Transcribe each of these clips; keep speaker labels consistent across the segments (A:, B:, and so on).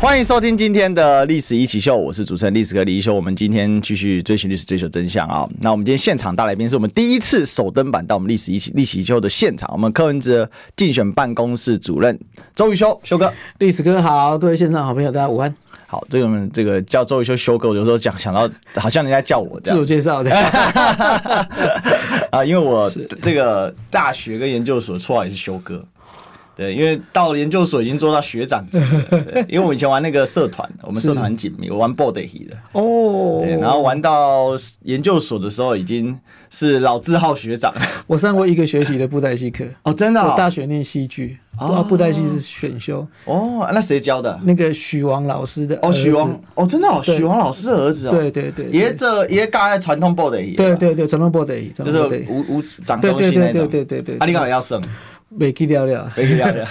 A: 欢迎收听今天的《历史一起秀》，我是主持人历史哥李一修。我们今天继续追寻历史，追求真相啊！那我们今天现场大来宾是我们第一次首登版到我们历史一起历史一起秀的现场，我们柯文哲竞选办公室主任周宇修修哥。
B: 历史哥好，各位线上好朋友，大家午安。
A: 好，这个这个叫周宇修修哥，我有时候讲想到好像人家叫我这
B: 自
A: 样
B: 我介绍的，
A: 啊，因为我这个大学跟研究所绰号也是修哥。对，因为到了研究所已经做到学长级了，对因为我以前玩那个社团，我们社团很紧密，我玩 Body 的，
B: 哦，
A: 对，然后玩到研究所的时候，已经是老字号学长
B: 我上过一个学期的布袋戏课，
A: 哦，真的
B: 我大
A: 哦，
B: 学念戏剧，啊，布袋戏是选修，
A: 哦那谁教的？
B: 那个许王老师的
A: 哦，
B: 儿子
A: 许王，，哦，真的哦，
B: 呃对
A: 许王老师的儿子哦，
B: 对，对对，
A: 也
B: 对
A: 这也刚才传统部的，啊
B: 对，对对，传统布袋戏，
A: 就
B: 传统布袋
A: 是
B: 戏，
A: 吴吴掌
B: 对
A: 中
B: 对
A: 心那
B: 对
A: 一种
B: 对，对对对，
A: 啊，你干嘛要胜？
B: 没去聊聊，
A: 可以聊聊，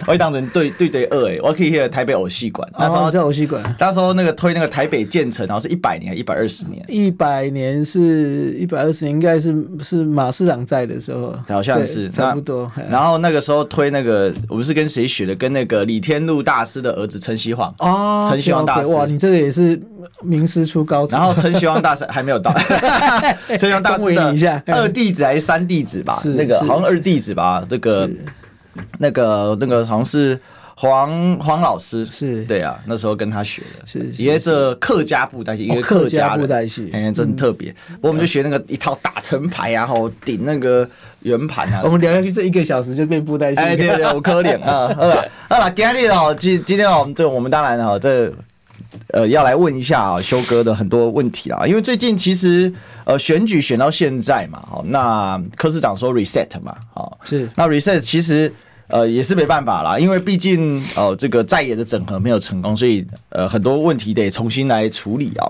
A: 我 会当成对对对二哎，我可以去台北偶戏馆，那时
B: 哦，在
A: 候
B: 偶戏馆。
A: 那时候那个推那个台北建成，然后是一百年还一百二十年，
B: 一百年是一百二十年，应该是是马市长在的时候，
A: 好像
B: 对
A: 是
B: 差
A: 那
B: 不多。嘿
A: 然后那个时候推那个，我们是跟谁学的？跟那个李天禄大师的儿子陈希煌。
B: 哦，
A: 陈希望大师
B: OK，OK，哇，你这个也是名师出高徒。
A: 然后陈希望大师还没 有到，陈希望大师
B: 恭维你一
A: 的
B: 下
A: 二弟子还是三弟子吧？
B: 是
A: 那个
B: 是
A: 好像二弟子吧？这个
B: 是
A: 那个那个好像是黄黄老师，
B: 是
A: 对啊，那时候跟他学的，
B: 是是
A: 也这客家布袋戏，一个
B: 哦客家
A: 人
B: 布袋戏
A: 哎，这很特别。
B: 嗯
A: 不过我们就学那个一套打成牌啊，然后顶那个圆盘啊
B: 我。们聊下去这一个小时就变布袋戏。
A: 哎，对对，我可怜啊，好了好了，今天哦，今今天哦，这我们当然哦，这呃要来问一下啊、修哥的很多问题啦，因为最近其实呃选举选到现在嘛，哦，那柯市长说 reset 嘛，哦，
B: 是
A: 那 reset 其实呃也是没办法啦，因为毕竟呃这个在野的整合没有成功，所以呃很多问题得重新来处理啊、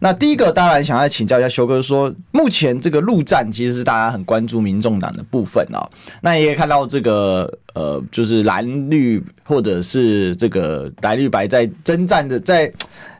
A: 那第一个当然想要请教一下修哥说，目前这个陆战其实是大家很关注民众党的部分啊、那也看到这个呃就是蓝绿或者是这个白绿白在征战的在。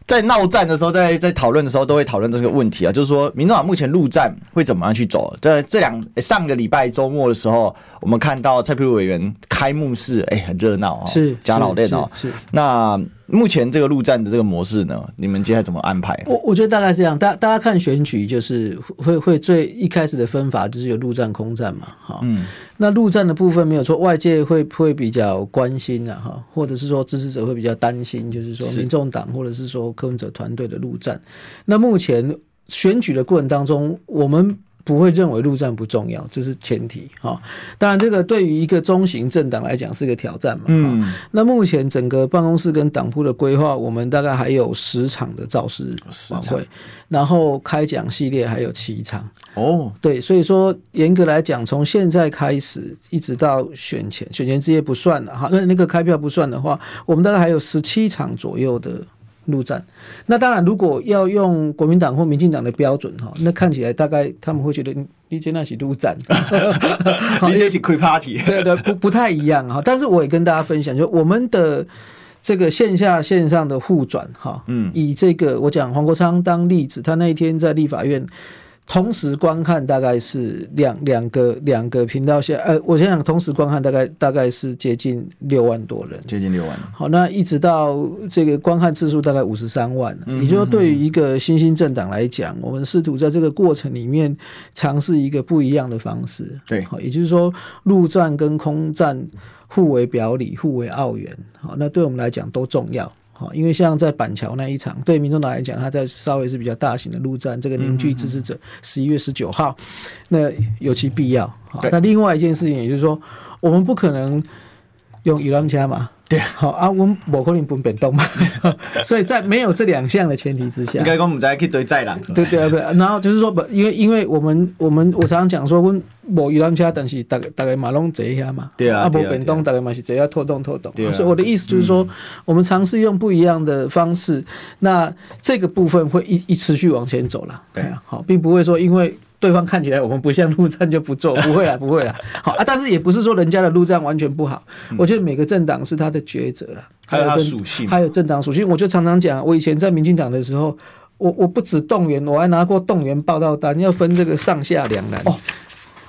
A: 在闹战的时候，在在讨论的时候，都会讨论这个问题啊，就是说，民众党目前陆战会怎么样去走？在这两诶上个礼拜周末的时候，我们看到蔡壁如委员开幕式，哎、很热闹哦，
B: 是
A: 加老练哦。
B: 是。是是
A: 那目前这个陆战的这个模式呢，你们接下来怎么安排？
B: 我我觉得大概是这样，大大家看选举就是会会最一开始的分法就是有陆战空战嘛，哈、
A: 嗯，
B: 那陆战的部分没有错，外界会会比较关心啊，哈，或者是说支持者会比较担心，就是说
A: 是
B: 民众党或者是说柯文哲团队的陆战。那目前选举的过程当中，我们。不会认为陆战不重要，这是前提哈、当然，这个对于一个中型政党来讲是个挑战嘛。哈
A: 嗯，
B: 那目前整个办公室跟党部的规划，我们大概还有十场的造势
A: 十
B: 晚
A: 场
B: 会，然后开讲系列还有七场。
A: 哦，
B: 对，所以说严格来讲，从现在开始一直到选前，选前之夜不算了哈，那那个开票不算的话，我们大概还有十七场左右的陆战。那当然，如果要用国民党或民进党的标准哈，那看起来大概他们会觉得嗯你这那是 陆战，好
A: 你这是开 party，
B: 对对，不不太一样哈。啊但是我也跟大家分享，就我们的这个线下线上的互转哈，
A: 嗯
B: 以这个我讲黄国昌当例子，他那一天在立法院。同时观看大概是两两个两个频道下，呃，我想想，同时观看大概大概是接近六万多人，
A: 接近六万了，
B: 好，那一直到这个观看次数大概五十三万，也就是说，对于一个新兴政党来讲，我们试图在这个过程里面尝试一个不一样的方式。
A: 对
B: 好，也就是说，陆战跟空战互为表里，互为奥援。好，那对我们来讲都重要。好，因为像在板桥那一场，对民众党来讲，它在稍微是比较大型的陆战，这个凝聚支持者，十一月十九号，那有其必要。好
A: 对，
B: 那另外一件事情，也就是说，我们不可能用游览车嘛，
A: 对
B: 好啊，我们不可能不变动嘛， 所以在没有这两项的前提之下
A: 应，该讲我们在去对债人，
B: 啊对对对，然后就是说不，因为因为我们我们我常常讲说，我们无游览车，但是大概大概马拢坐一下嘛，
A: 对啊
B: 啊
A: 对
B: 无
A: 啊
B: 变动，大概嘛是坐要拖动拖动
A: 对啊，
B: 所以我的意思就是说，我们尝试用不一样的方式，那这个部分会一一持续往前走了，
A: 对
B: 哎呀好，并不会说因为。对方看起来我们不像陆战就 不做，不会啦，不会啦。好啊，但是也不是说人家的陆战完全不好，
A: 嗯
B: 我觉得每个政党是他的抉择啦，
A: 还有它的
B: 跟
A: 属性
B: 还有政党属性。我就常常讲，我以前在民进党的时候，我我不止动员，我还拿过动员报道单，要分这个上下两栏。
A: 哦，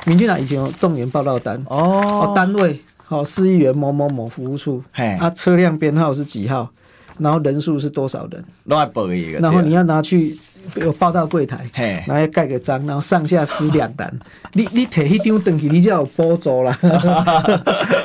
B: 民进党以前有动员报道单，哦，
A: 哦，
B: 单位好、市议员某某某服务处，
A: 嘿，
B: 啊，车辆编号是几号，然后人数是多少人，
A: 另外报一个，
B: 然后
A: 对啊
B: 你要拿去有报到柜台，
A: 嘿
B: 然后要盖个章，然后上下撕两 单。你你摕迄张登去，你就有补助啦。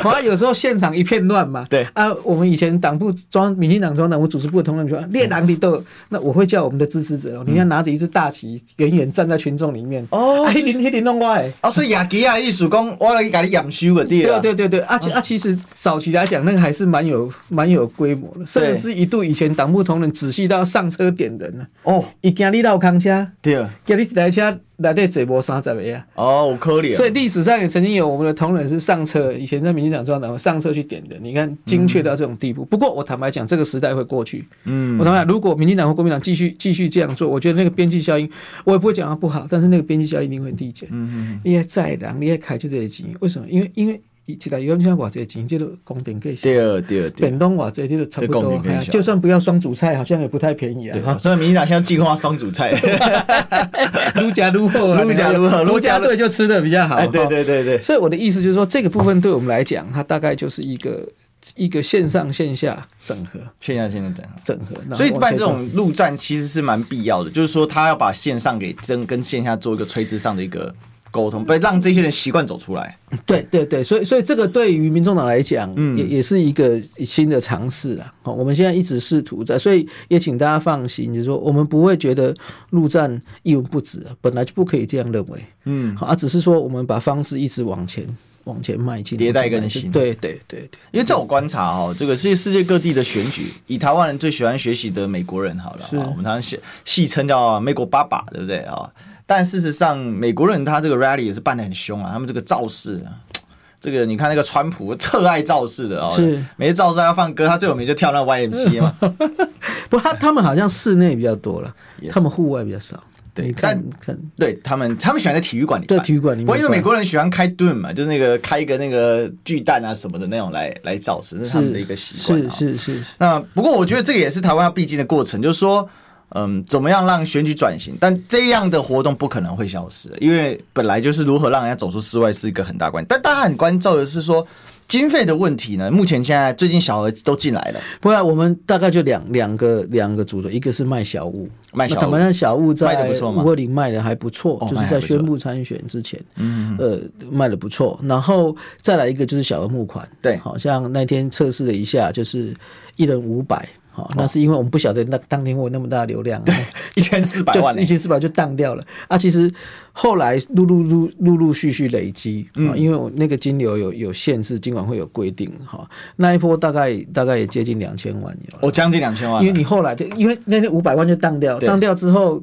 B: 好像有时候现场一片乱嘛。
A: 对
B: 啊，我们以前党部装民进党装党部组织部的同仁说，列党的
A: 嗯
B: 都，那我会叫我们的支持者哦，你要拿着一支大旗，远远站在群众里面。
A: 哦
B: 啊，迄林迄林弄我诶。
A: 哦，所以亚吉亚的意思讲，我来给你验收的对
B: 对
A: 啊，
B: 对对对，啊其啊，其实早期来讲，那个还是蛮有蛮有规模的，甚至一度以前党部同仁仔细到上车点人呢、啊，
A: 哦，
B: 伊惊你绕空车，
A: 对啊，
B: 惊你一台车内底坐无三十个啊。
A: 哦，有可怜，
B: 所以历史上也曾经有我们的同仁是上车，以前在民进党中央党上车去点人，你看精确到这种地步。不过我坦白讲，这个时代会过去。
A: 嗯，
B: 我坦白讲，如果民进党或国民党继续继续这样做，我觉得那个边际效应，我也不会讲它不好，但是那个边际效应一定会递减。
A: 嗯，嗯嗯
B: 你也再人，你也开就这些钱，为什么？因为因为一台油钱偌这钱，这都供电给
A: 对啊对啊对啊
B: 便当偌这就差不
A: 这
B: 多
A: 供。电
B: 哎
A: 价
B: 呀就算不要双主菜，好像也不太便宜
A: 对
B: 啊
A: 啊，。所以民进党现在计划双主菜，
B: 如家如后 啊，
A: 愈食愈好
B: 国家
A: 愈食愈
B: 队就吃的比较 好。
A: 哎， 对
B: 哈
A: 对对对，
B: 所以我的意思就是说，这个部分对我们来讲，它大概就是一个一个线上线下整合
A: 现在现在这样。
B: 整合。然后
A: 所以
B: 往
A: 办
B: 前
A: 这
B: 走
A: 种陆战其实是蛮必要的，就是说他要把线上给真跟线下做一个垂直上的一个沟通，不然让这些人习惯走出来。
B: 对对对，所以所以这个对于民众党来讲，
A: 嗯
B: 也也是一个新的尝试啊。好，我们现在一直试图在，所以也请大家放心，就是说我们不会觉得陆战一文不值啊，本来就不可以这样认为。
A: 嗯，
B: 好，啊，只是说我们把方式一直往前往前迈进，
A: 迭代
B: 往前
A: 更
B: 迈进
A: 新
B: 对对对对，
A: 因为在我观察哦，这个世世界各地的选举，以台湾人最喜欢学习的美国人好了啊，
B: 是
A: 我们常常戏戏称叫美国爸爸，对不对啊？但事实上，美国人他这个 rally 也是办得很凶啊，他们这个造势啊。这个你看那个川普特爱造势的哦，
B: 是
A: 每次造势要放歌，他最有名就跳那 YMCA 嘛，
B: 不，他他们好像室内比较多了
A: Yes
B: 他们户外比较少。
A: 对
B: 你看看
A: 对他们，他们喜欢在体育馆里办
B: 对体育馆里面
A: 不过因为
B: 办
A: 美国人喜欢开盾嘛，就是那个开一个那个巨蛋啊什么的那种来来造势，那是他们的一个习惯、啊。
B: 是是是是，
A: 那不过我觉得这个也是台湾要必经的过程，就是说，嗯，怎么样让选举转型？但这样的活动不可能会消失，因为本来就是如何让人家走出室外是一个很大关系。但大家很关照的是说经费的问题呢。目前现在最近小额都进来了，
B: 不然我们大概就两两个两个主轴，一个是卖小物，
A: 卖小
B: 那坦白
A: 额
B: 讲，小物
A: 卖得
B: 在
A: 不错吗
B: 五二零卖的还不错，
A: 哦
B: 就是
A: 卖得
B: 在
A: 还不错
B: 宣布参选之前，嗯，呃，卖的不错。然后再来一个就是小额募款，
A: 对
B: 好像那天测试了一下，就是一人五百。
A: 哦
B: 好，那是因为我们不晓得那当天会有那么大的流量、啊，对，
A: 一千四百万欸
B: 就
A: 呢、
B: 一千四百就当掉了啊。其实后来陆陆陆陆陆续续累积
A: 嗯
B: 啊，因为我那个金流有有限制，今管会有规定哈。那一波大概大概也接近两千万有了，
A: 哦，将近两千万
B: 因为
A: 了，
B: 你后来就因为那那五百万就当掉，
A: 对
B: 当掉之后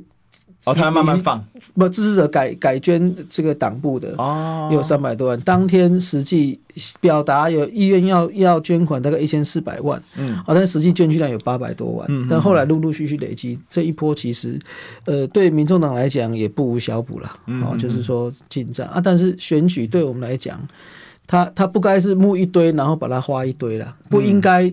A: 哦，他要慢慢放
B: 不支持者改改捐这个党部的。
A: 哦，
B: 也有三百多万，当天实际表达有意愿要要捐款大概一千四百万，
A: 嗯
B: 啊，但实际捐去量有八百多万，但后来陆陆续续累积这一波，其实，呃，对民众党来讲也不无小补啦，
A: 嗯
B: 哦，就是说进账啊，但是选举对我们来讲，他他不该是募一堆，然后把它花一堆啦，不
A: 嗯
B: 应该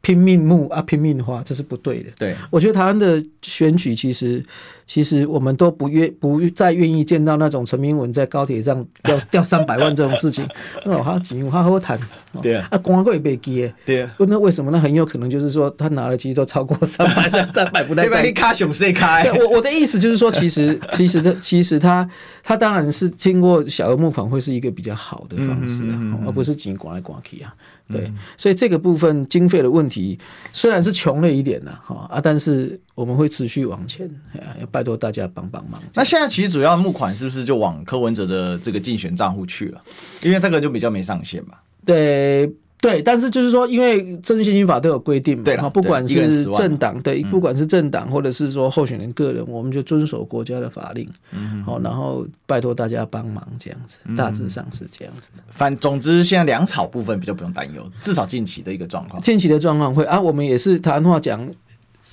B: 拼命募啊拼命花，这是不对的。
A: 对，
B: 我觉得台湾的选举其实，其实我们都不愿不再愿意见到那种陈明文在高铁上 掉掉三百万这种事情。那老哈钱，他好谈，哦
A: 对啊
B: 啊，光棍也被记的。
A: 对啊，
B: 那为什么？那很有可能就是说，他拿的其实都超过三百，三百不太
A: 对吧？
B: 在
A: 你卡欸熊谁开？
B: 对，我我的意思就是说，其实其实他其实他他当然是经过小额募款会是一个比较好的方式啊，而不是仅管来管去啊。对，所以这个部分经费的问题虽然是穷了一点呢，哈啊，但是我们会持续往前，哎呀，要拜托大家帮帮忙。
A: 那现在其实主要募款是不是就往柯文哲的这个竞选账户去了？因为这个就比较没上限嘛。
B: 对对，但是就是说，因为政治献金法都有规定嘛，
A: 对啦
B: 哈不
A: 对
B: 管
A: 一个人
B: 是
A: 10万
B: 政党，
A: 嗯
B: 对，不管是政党或者是说候选人个人，我们就遵守国家的法令，
A: 嗯
B: 好、然后拜托大家帮忙这样子，大致上是这样子。
A: 反总之，现在粮草部分比较不用担忧，至少近期的一个状况。
B: 近期的状况会啊，我们也是谈话讲。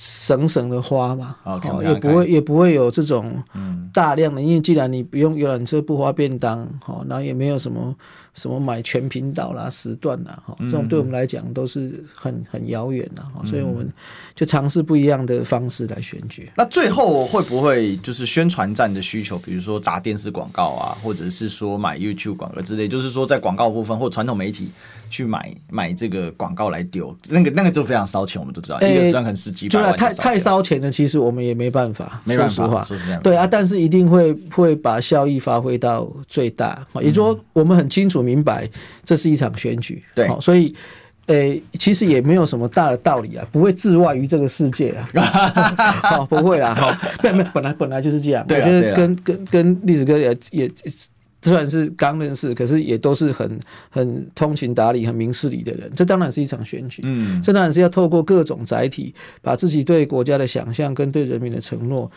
B: 省省的花嘛，
A: 哦看
B: 哦
A: 不
B: 也
A: 看
B: 不会也不会有这种
A: 嗯
B: 大量的，因为既然你不用游览车不花便当，哦，然后也没有什么什么买全频道啦、时段啦，哈、哦，
A: 嗯
B: 这种对我们来讲都是很很遥远的哈，所以我们就尝试不一样的方式来选举。
A: 那最后会不会就是宣传站的需求，比如说砸电视广告啊，或者是说买 YouTube 广告之类，就是说在广告部分或传统媒体去买买这个广告来丢，那个那个就非常烧钱，我们都知道，
B: 诶
A: 一个虽然可能十几百
B: 就
A: 万就掉
B: 是啊太太烧钱了，其实我们也没办法，
A: 没办
B: 说实
A: 法，
B: 话。
A: 说实在，
B: 对啊，但是一定会会把效益发挥到最大，
A: 嗯
B: 好也就是说我们很清楚明白这是一场选举，
A: 对
B: 好所以。呃，其实也没有什么大的道理啊，不会置外于这个世界 啊，好、不会啦，哈、没有没有，本来本来就是这样，
A: 对啊
B: 我觉
A: 对
B: 得
A: 啊
B: 跟跟跟历史哥也也虽然是刚认识，可是也都是很很通情达理、很明事理的人，这当然是一场选举，
A: 嗯，
B: 这当然是要透过各种载体，把自己对国家的想象跟对人民的承诺，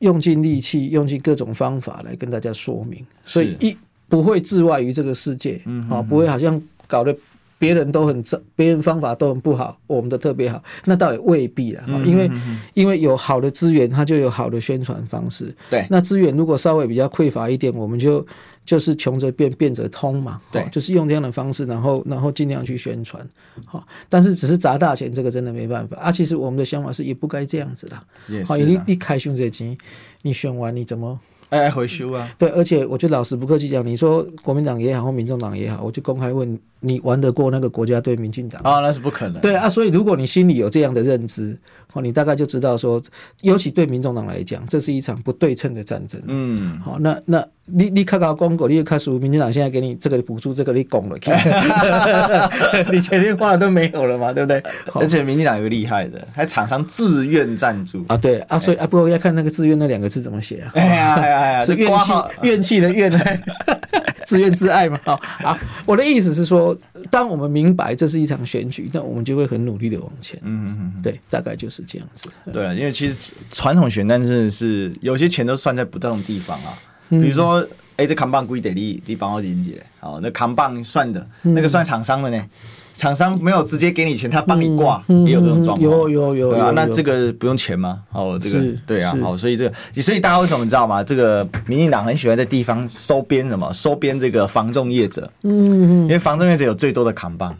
B: 用尽力气，用尽各种方法来跟大家说明。所以一不会置外于这个世界，
A: 嗯
B: 好、不会好像搞得别人都很糟，别人方法都很不好，我们的特别好，那倒也未必了、
A: 嗯
B: 哈因为因为有好的资源，它就有好的宣传方式。
A: 对
B: 那资源如果稍微比较匮乏一点，我们就就是穷则变，变则通嘛。
A: 对
B: 哦就是用这样的方式，然后然后尽量去宣传。好、但是只是砸大钱，这个真的没办法啊。其实我们的想法是也不该这样子啦。
A: 也
B: 好、
A: 是
B: 你
A: 啦，
B: 你开胸这钱，你选完你怎么？
A: 哎，哎回修啊，
B: 对，而且我就老实不客气讲，你说国民党也好，或民众党也好，我就公开问你玩得过那个国家队民进党吗？
A: 啊，那是不可能，
B: 对啊，所以如果你心里有这样的认知，哦，你大概就知道说，尤其对民众党来讲，这是一场不对称的战争。
A: 嗯，
B: 好、那那你你看搞公狗，你也看输，民进党现在给你这个补助，这个你拱了去，你前面花的都没有了嘛，对不对？好
A: 而且民进党有个厉害的，还厂商自愿赞助，
B: 啊，对啊，所以啊，不过要看那个“自愿”那两个字怎么写啊。
A: 哎呀哎呀哎呀，
B: 是
A: 这
B: 怨
A: 挂
B: 气
A: 号，
B: 怨气的怨， 自怨自艾嘛。好、啊，我的意思是说，当我们明白这是一场选举，那我们就会很努力的往前。
A: 嗯嗯嗯。
B: 对，大概就是这样子。
A: 对了，因为其实传统选战是是有些钱都算在不同地方啊，比如说，哎、这扛棒归得你你帮我引解，好，哦那扛棒算的，
B: 嗯
A: 那个算厂商的呢，厂商没有直接给你钱，他帮你挂，
B: 嗯
A: 也有这种状况，
B: 有有有
A: 对啊
B: 有，
A: 那
B: 有
A: 这个不用钱吗？哦，这个
B: 是
A: 对啊，
B: 是
A: 好，所以这个，所以大家为什么你知道吗？这个民进党很喜欢在地方收编什么，收编这个房仲业者，
B: 嗯，
A: 因为房仲业者有最多的扛棒，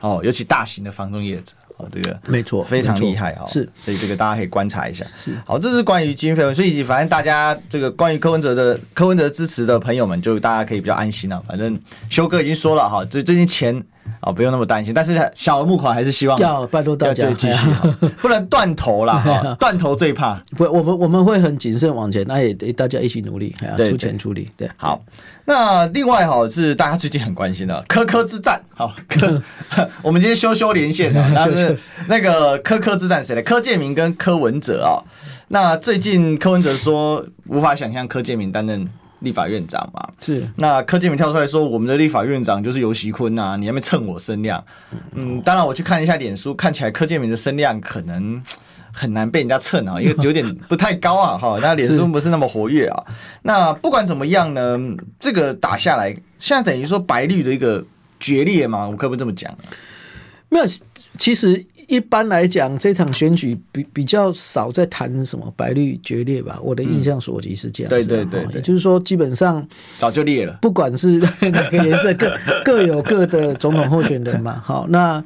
A: 哦，尤其大型的房仲业者，哦，这个
B: 没错，
A: 非常
B: 没错
A: 厉害啊、哦！
B: 是，
A: 所以这个大家可以观察一下。是，好，这是关于经费，所以反正大家这个关于柯文哲的柯文哲支持的朋友们，就大家可以比较安心了、啊反正修哥已经说了哈，最最近钱啊、不用那么担心，但是小额募款还是希望
B: 要拜托大
A: 要
B: 家
A: 对。
B: 哎
A: 继续 哈，不能断头啦哈，断头最怕。
B: 不，我们我们会很谨慎往前，那也得大家一起努力，哎呀
A: 对嗯
B: 出钱出力，对，
A: 好，那另外哈是大家最近很关心的科科之战，好， 科我们今天修修连线 啊，但是那个科科之战谁来？柯建明跟柯文哲啊、那最近柯文哲说无法想象柯建明担任立法院长嘛，
B: 是
A: 那柯建明跳出来说，我们的立法院长就是尤习坤啊，你还没蹭我声量。嗯，当然我去看一下脸书，看起来柯建明的声量可能很难被人家蹭 啊，因为有点不太高啊哈。那脸书不是那么活跃啊。那不管怎么样呢，这个打下来，现在等于说白绿的一个决裂嘛，我可不可以这么讲啊？
B: 没有。其实一般来讲，这场选举比比较少在谈什么白绿决裂吧，我的印象所及是这样子啊、
A: 对嗯对对
B: 哈
A: 对
B: 也就是说，基本上
A: 早就裂了。
B: 不管是 哪个颜色，各各有各的总统候选人嘛。 好，那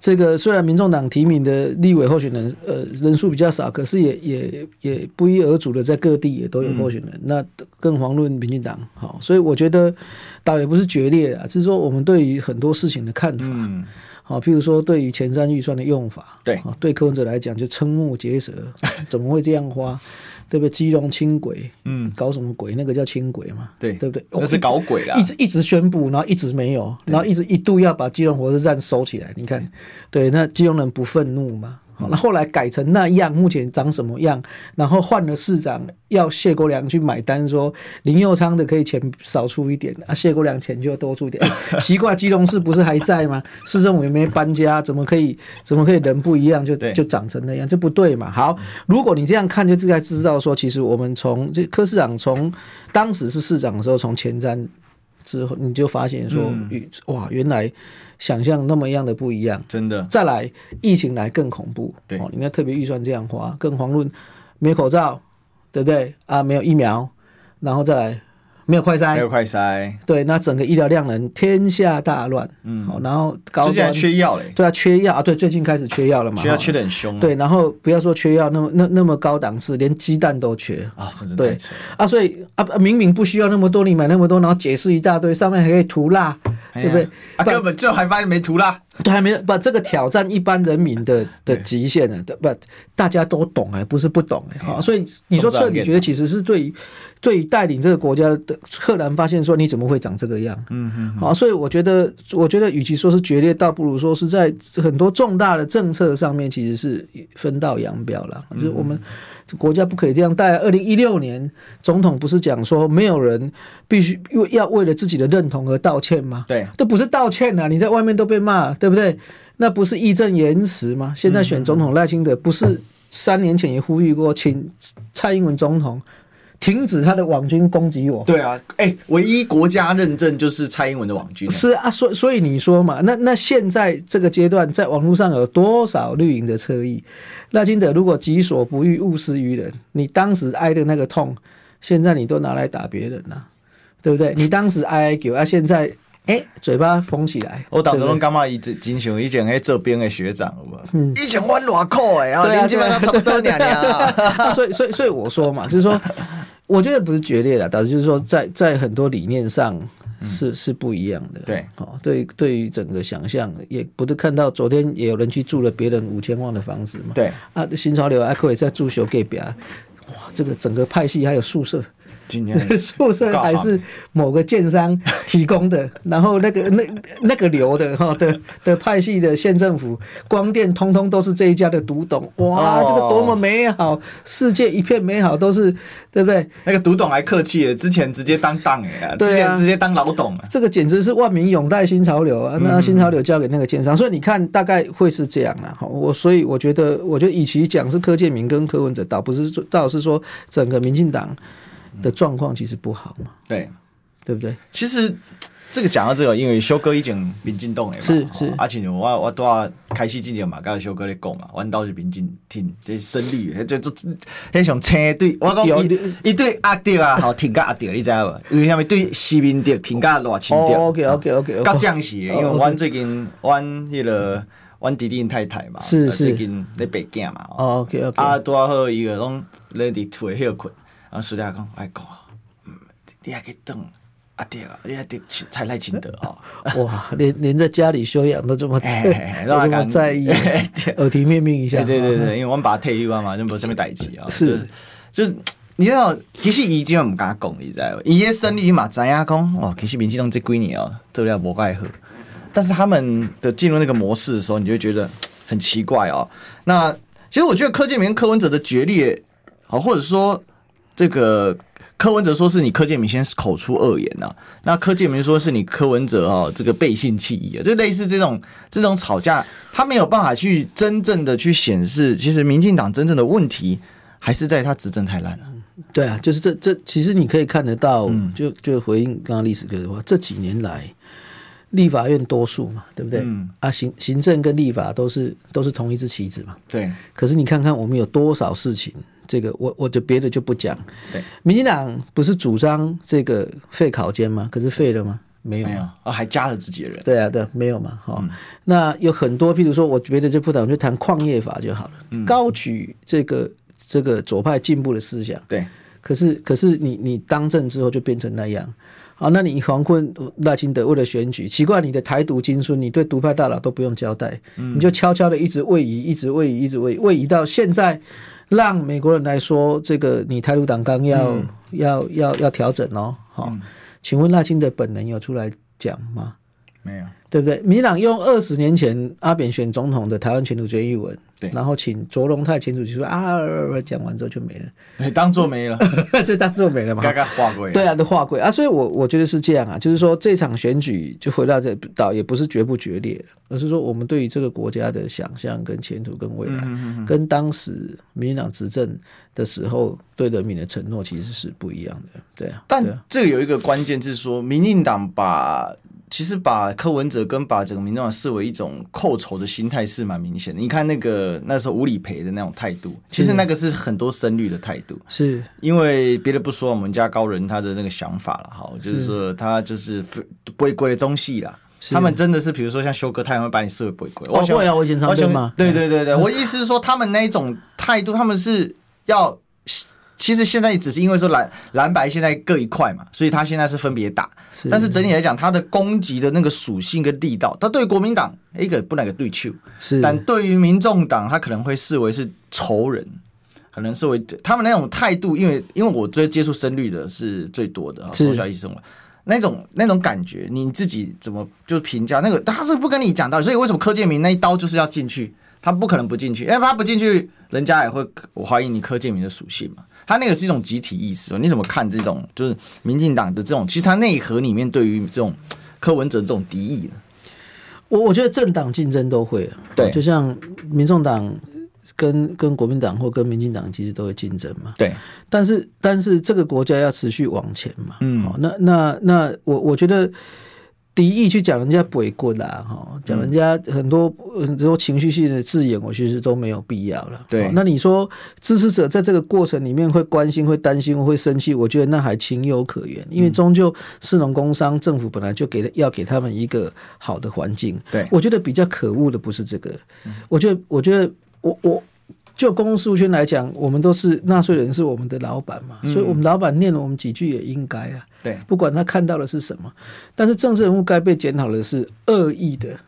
B: 这个虽然民众党提名的立委候选人，呃，人数比较少，可是也也也不一而足的在各地也都有候选人，
A: 嗯
B: 那更遑论民进党。好，所以我觉得倒也不是决裂啊，只是说我们对于很多事情的看法。
A: 嗯，
B: 好，譬如说对于前瞻预算的用法，
A: 对
B: 啊，对柯文哲来讲就瞠目结舌， 怎么会这样花？对不对？基隆轻轨，
A: 嗯，
B: 搞什么鬼？那个叫轻轨嘛，
A: 对
B: 对哦不对？
A: 那是搞鬼啦
B: 一。直一直宣布，然后一直没有，然后一直一度要把基隆火车站收起来。你看，对，那基隆人不愤怒吗？好，那后来改成那样，目前长什么样？然后换了市长，要谢国良去买单说林佑昌的可以钱少出一点，啊，谢国良钱就多出一点。哎 奇怪，基隆市不是还在吗？市政府也没搬家，怎么可以怎么可以人不一样就
A: 对
B: 就长成那样？这不对嘛。好，如果你这样看，就大概知道说，其实我们从这柯市长从当时是市长的时候，从前瞻之后，你就发现说，
A: 嗯
B: 与哇，原来想象那么样的不一样。
A: 真的，
B: 再来，疫情来更恐怖，
A: 对
B: 哦，你要特别预算这样花，更遑论没有口罩，对不对啊？没有疫苗，然后再来没有快
A: 还
B: 筛
A: 有，快筛，
B: 对，那整个医疗量能天下大乱，嗯，好，然后高
A: 最近还
B: 端
A: 缺药嘞，
B: 对啊，缺药啊，对，最近开始缺药了嘛，
A: 缺药
B: 哈
A: 缺的很凶啊，
B: 对，然后不要说缺药那么那那么高档次，连鸡蛋都缺
A: 啊，真的
B: 对
A: 太扯了，
B: 啊，所以啊啊明明不需要那么多，你买那么多，然后解释一大堆，上面还可以涂蜡，
A: 哎
B: 对
A: 呀
B: 不对？
A: 啊，根本最后还发现没涂啦，
B: 对，还没把这个挑战一般人民的的极限呢，对不？大家都懂哎，不是不懂哎，哈、所以你说彻底觉得其实是对于对于带领这个国家的赫然发现说你怎么会长这个样？
A: 嗯哼，
B: 好、所以我觉得，我觉得与其说是决裂，倒不如说是在很多重大的政策上面，其实是分道扬镳了。就是我们国家不可以这样。在二零一六年，总统不是讲说，没有人必须为要为了自己的认同而道歉吗？
A: 对，
B: 这不是道歉啊！你在外面都被骂，对不对？那不是义正言辞吗？现在选总统赖清德不是三年前也呼吁过，请蔡英文总统停止他的网军攻击我。
A: 对啊，哎，唯一国家认证就是蔡英文的网军，
B: 是啊，所所以你说嘛，那那现在这个阶段，在网络上有多少绿营的侧翼？赖清德如果己所不欲，勿施于人，你当时挨的那个痛，现在你都拿来打别人了、对不对？你当时挨挨狗啊，现在哎、嘴巴缝起来，
A: 我当
B: 对
A: 时
B: 不对
A: 拢感觉伊真真像以前迄这边的学长，有无？
B: 嗯
A: 以前阮偌苦的啊，
B: 对啊
A: 恁基本上差不多两年 啊。
B: 啊，所以所以所以我说嘛，就是说，我觉得不是决裂了，导致就是说在在很多理念上是、是不一样的。
A: 嗯对，
B: 哦，对，对于整个想象，也不是看到昨天也有人去住了别人五千万的房子嘛。
A: 对，
B: 啊，新潮流还可以在住小给别，啊哇，这个整个派系还有宿舍。
A: 今 年
B: 宿舍
A: 搞好
B: 还是某个建商提供的，然后那个那 那个流的哈的的派系的县政府光电，通通都是这一家的独董，哇，
A: 哦
B: 这个多么美好，世界一片美好，都是对不对？
A: 那个读懂还客气了，之前直接当当哎、啊，之
B: 对啊
A: 前直接当老董啊。
B: 这个简直是万民拥戴新潮流啊！那新潮流交给那个建商，所以你看大概会是这样啦。好，我所以我觉得，我觉得与其讲是柯建明跟柯文哲，倒不是说倒是说整个民进党的状况其实不好嘛，
A: 对，
B: 对不对？
A: 其实这个讲到这个，因为修哥已经民进党诶嘛，
B: 是
A: 吼
B: 是
A: 而且我我多啊开始之前嘛，甲修哥咧讲嘛，阮兜是民进挺这深绿的，迄就迄上青的对，我讲
B: 有
A: 伊伊对阿德啊，好挺甲阿德，你知道无？因为啥物对西民德挺甲偌清德。
B: o k OK OK，
A: 到这样是的，因为
B: 哦
A: 阮最近阮迄个阮弟弟因太太嘛，
B: 是
A: 呃
B: 是
A: 最近咧白囝嘛，哦
B: 哦，OK OK，
A: 啊，拄啊好伊个拢咧伫厝诶休困，啊，私底下讲，哎讲，嗯你还去等阿爹啊，你还得才来请得哦，
B: 哇，连连在家里休养都这么在，
A: 哎
B: 都这
A: 那
B: 么
A: 感
B: 在 意
A: 哎对，
B: 耳提面命一下。
A: 对对对对，因为阮爸退休啊嘛，就无啥物代志啊，
B: 啊是
A: 就是，就是你知道，其实伊即毋敢讲，你知道，伊迄生理嘛知影讲，哦，其实民进党这几年哦做了无怪好，但是他们的进入那个模式的时候，你就会觉得很奇怪哦。那其实我觉得柯建明跟柯文哲的决裂，好，或者说这个柯文哲说是你柯建明先口出恶言呐、那柯建明说是你柯文哲哦，这个背信弃义啊，就类似这种这种吵架，他没有办法去真正的去显示，其实民进党真正的问题还是在他执政太烂了。
B: 对啊，就是这这，其实你可以看得到，
A: 嗯
B: 就就回应刚刚历史哥的话，这几年来，立法院多数嘛，对不对？
A: 嗯
B: 啊，行行政跟立法都是都是同一只旗子嘛。
A: 对
B: 可是你看看我们有多少事情，这个我我就别的就不讲。
A: 对，
B: 民进党不是主张这个废考监吗？可是废了吗？没有
A: 没
B: 啊。
A: 有啊、哦，还加了自己的人。
B: 对啊，对啊，没有嘛，哈、那有很多，譬如说，我觉得就不谈，我们就谈矿业法就好了，高举这个这个左派进步的思想，
A: 对，
B: 可是可是你你当政之后就变成那样，好，那你黄坤赖清德为了选举，奇怪你的台独金孙，你对独派大佬都不用交代，你就悄悄的一直位移，一直位移，一直位移位移到现在，让美国人来说，这个你台独党纲要、要要要调整哦，好、请问赖清德本人有出来讲吗？
A: 没 有，
B: 对不对？民进党用二十年前阿扁选总统的台湾前途决议文，
A: 对
B: 然后请卓荣泰前主席说啊，讲完之后就没
A: 哎当做没了，
B: 了，就当做没了嘛。
A: 刚刚划过。
B: 对啊，都划归啊，所以我我觉得是这样啊，就是说这场选举就回到这倒也不是决不决裂，而是说我们对于这个国家的想象、跟前途、跟
A: 嗯
B: 未来，跟当时民进党执政的时候对人民的承诺其实是不一样的，对啊。对啊
A: 但这个有一个关键是说，民进党把其实把柯文哲跟把整个民众党视为一种寇仇的心态是蛮明显的。你看那个那时候吴理培的那种态
B: 嗯
A: 度，其实那个是很多深绿的态度。
B: 是
A: 因为别的不说，我们家高人他的那个想法了哈，就是说他就是非鬼鬼的中戏啦。
B: 是
A: 他们真的是，比如说像修哥，他也会把你视为鬼鬼。
B: 哦
A: 想
B: 会啊我以前常
A: 想
B: 被骂
A: 对对对对，我意思是说，他们那一种态度，他们是要，其实现在只是因为说蓝蓝白现在各一块嘛，所以他现在是分别打。
B: 是
A: 但是整体来讲，他的攻击的那个属性跟力道，他对国民党哎一个不能个对球，
B: 是，
A: 但对于民众党，他可能会视为是仇人，可能视为他们那种态度，因为因为我最接触深绿的是最多的啊，
B: 是
A: 从小一起生活。那种那种感觉，你自己怎么就评价那个？他是不跟你讲道理，所以为什么柯建明那一刀就是要进去？他不可能不进去，因为他不进去，人家也会我怀疑你柯建明的属性嘛。他那个是一种集体意识，哦你怎么看这种就是民进党的这种？其实他内核里面对于这种柯文哲这种敌意呢？
B: 我我觉得政党竞争都会啊，
A: 对
B: 就像民众党跟跟国民党或跟民进党其实都会竞争嘛，
A: 对，
B: 但是但是这个国家要持续往前嘛，
A: 嗯
B: 好、那那那我我觉得敌意去讲人家鬼棍啦，哈、讲
A: 嗯
B: 人家很多很多情绪性的字眼，我其实都没有必要了。
A: 对
B: 好那你说支持者在这个过程里面会关心、会担心、会生气，我觉得那还情有可原，
A: 嗯
B: 因为终究市农工商政府本来就给了要给他们一个好的环境。
A: 对嗯
B: 我觉得比较可恶的不是这个，我觉得我觉得我我。就公诉圈来讲，我们都是纳税人，是我们的老板嘛，
A: 嗯
B: 所以我们老板念了我们几句也应该啊，
A: 对，
B: 不管他看到的是什么。但是政治人物该被检讨的是恶意 的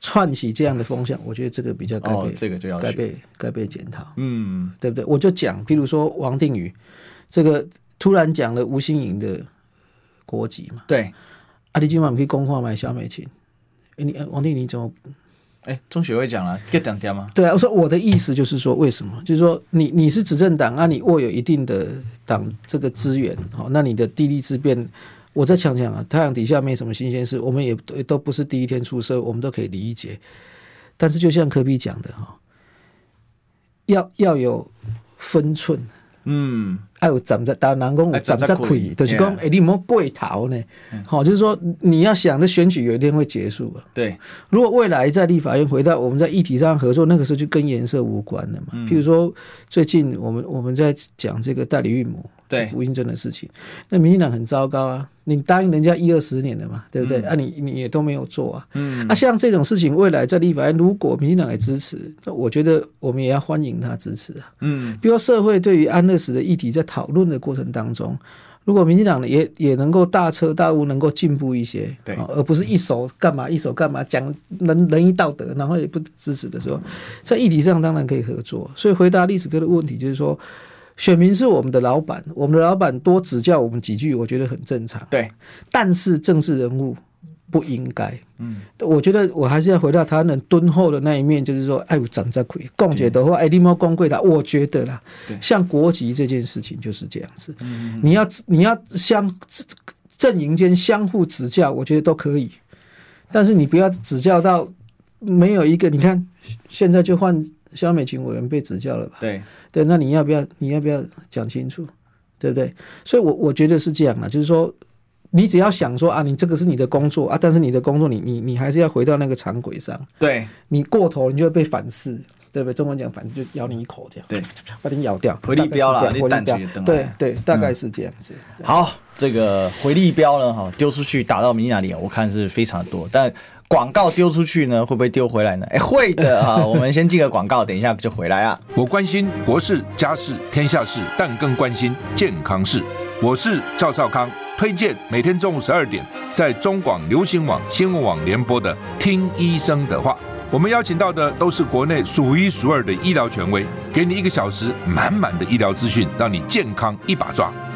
B: 串起这样的风向，我觉得这个比较该被、
A: 哦，这个就要
B: 该
A: 去，
B: 被该被检讨，
A: 嗯。
B: 对不对？我就讲，譬如说王定宇，这个突然讲了吴新颖的国籍嘛，
A: 对，
B: 啊，你今晚可以公话买小美琴，诶你呃王定宇你怎么
A: 哎，中学会讲了，给两天吗？
B: 对啊，我说我的意思就是说，为什么？就是说你你是执政党啊，你握有一定的党这个资源，好、那你的地利之变，我再讲讲啊，太阳底下没什么新鲜事，我们也都都不是第一天出生，我们都可以理解。但是就像科比讲的哈、要要有分寸，
A: 嗯，
B: 哎，有站在打南宫，有站在
A: 要站在
B: 开，嗯
A: 开
B: 就是讲，
A: yeah
B: 哎、你莫过头呢，好、就是说你要想着选举有一天会结束啊。
A: 对，
B: 如果未来在立法院回到我们在议题上合作，那个时候就跟颜色无关了嘛。譬如说，最近我们我们在讲这个代理孕母
A: 对
B: 不孕症的事情，那民进党很糟糕啊！你答应人家一二十年了嘛，对不对？啊你，你也都没有做啊。
A: 嗯，
B: 啊，像这种事情，未来在立法院如果民进党也支持，那我觉得我们也要欢迎他支持啊。
A: 嗯，
B: 比如说社会对于安乐死的议题在讨论的过程当中，如果民进党也也能够大彻大悟，能够进步一些，
A: 对
B: 啊而不是一手干嘛一手干嘛讲仁仁义道德，然后也不支持的时候，
A: 嗯
B: 在议题上当然可以合作。所以回答历史哥的问题就是说。选民是我们的老板，我们的老板多指教我们几句，我觉得很正常。
A: 对，
B: 但是政治人物不应该。嗯，我觉得我还是要回到他们敦厚的那一面，就是说，哎，长在亏，共姐的话，哎，你莫光贵的，我觉得啦
A: 对，
B: 像国籍这件事情就是这样子，你要你要相阵营间相互指教，我觉得都可以，但是你不要指教到没有一个，你看现在就换肖美琴委员被指教了吧？
A: 对，
B: 对，那你要不要你要不要讲清楚，对不对？所以我，我觉得是这样的，就是说，你只要想说啊，你这个是你的工作啊，但是你的工作你你你还是要回到那个常轨上，
A: 对，
B: 你过头你就会被反噬，对不对？中文讲反噬就咬你一口这样，
A: 对，
B: 把你咬掉，
A: 回力镖啦
B: 大概是这样
A: 你
B: 回
A: 弹
B: 力
A: 起
B: 镖，
A: 来嗯
B: 对对，大概是这样子。
A: 好，这个回力镖呢，哈，丢出去打到米亚里，我看是非常多，但。广告丢出去呢，会不会丢回来呢？哎、会的 啊！我们先进个广告，等一下就回来啊。
C: 我关心国事、家事、天下事，但更关心健康事。我是赵少康，推荐每天中午十二点在中广流行网、新闻网联播的《听医生的话》。我们邀请到的都是国内数一数二的医疗权威，给你一个小时满满的医疗资讯，让你健康一把抓。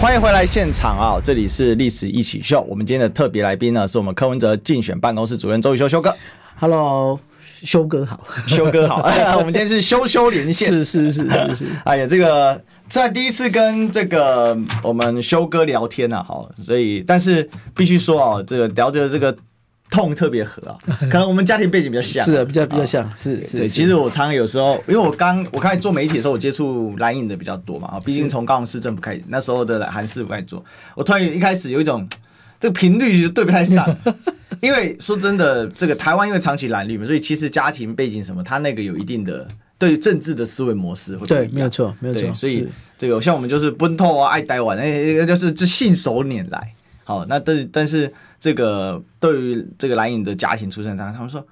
A: 欢迎回来现场啊、这里是历史一起秀。我们今天的特别来宾呢，是我们柯文哲竞选办公室主任周宇修修哥，
B: Hello，修哥好，
A: 修哥好。我们今天是修修连线，
B: 是是是是是，
A: 哎呀，这个在第一次跟这个我们修哥聊天啊，好，所以但是必须说哦，这个聊的这个痛特别合 啊，可能我们家庭背景比较 像，
B: 是啊比较比较
A: 啊
B: 像，是是
A: 对，
B: 是
A: 其实我常常有时候，因为我刚我开始做媒体的时候，我接触蓝影的比较多嘛，啊，毕竟从高雄市政府开始，那时候的韩市府开始做，我突然一开始有一种这个频率就对不太 上，因为说真的，这个台湾因为长期蓝绿嘛，所以其实家庭背景什么，他那个有一定的对于政治的思维模式会不一
B: 对
A: 样
B: 没有错没有
A: 对
B: 错，
A: 所以
B: 是
A: 这个像我们就是奔透啊，爱呆玩，哎，哎就是就信手拈来。好，那但但是这个对于这个蓝影的家庭出身，他他们说。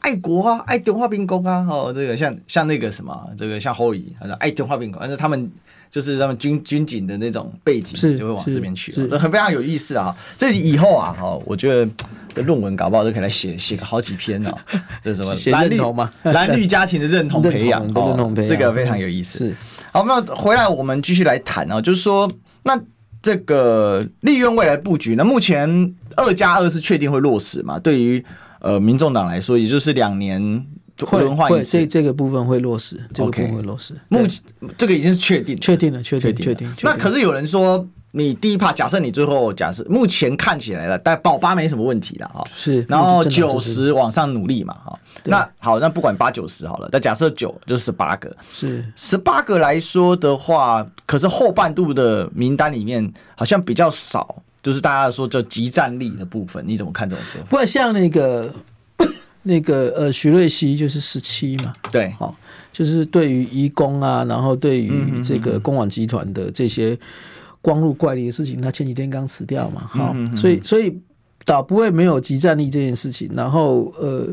A: 爱国啊，爱中华兵工啊，哦，这个像像那个什么，这个像侯乙，他说爱中华兵工，但是他们就是他们军军警的那种背景，
B: 是
A: 就会往
B: 是
A: 这边去，哦
B: 是
A: 这很非常有意思啊。这以后啊，哈，我觉得这论文搞不好都可以来写写个好几篇哦，这是什么
B: 写
A: 蓝
B: 认
A: 绿
B: 同嘛
A: 蓝绿家庭的认同培养，
B: 认同
A: 哦
B: 认同培养嗯
A: 这个非常有意思。
B: 是
A: 好，那回来我们继续来谈啊，就是说，那这个利用未来布局，那目前二加二是确定会落实嘛？对于呃民众党来说，也就是两年
B: 会
A: 轮换一
B: 会
A: 次
B: 这，这个部分会落实，这个部
A: OK
B: 分会落实，
A: 目
B: 对
A: 前这个已经是确定了，
B: 确定了确定确定
A: 了，
B: 确
A: 那
B: 定
A: 可是有人说，你第一趴，假设你最后假设目前看起来了，但保八没什么问题了啊、
B: 是
A: 然后
B: 这正
A: 九
B: 常这是
A: 十往上努力嘛，哈、那好，那不管八九十好了，那假设九就是十八个，
B: 是
A: 十八个来说的话，可是后半度的名单里面好像比较少，就是大家说叫集战力的部分，你怎么看这种说法？
B: 不过像那个 那个呃徐瑞熙就是十七嘛，
A: 对，
B: 好、就是对于移工啊，然后对于这个公网集团的这些光路怪力的事情，他前几天刚辞掉嘛，好、所以所以倒不会没有集战力这件事情，然后呃。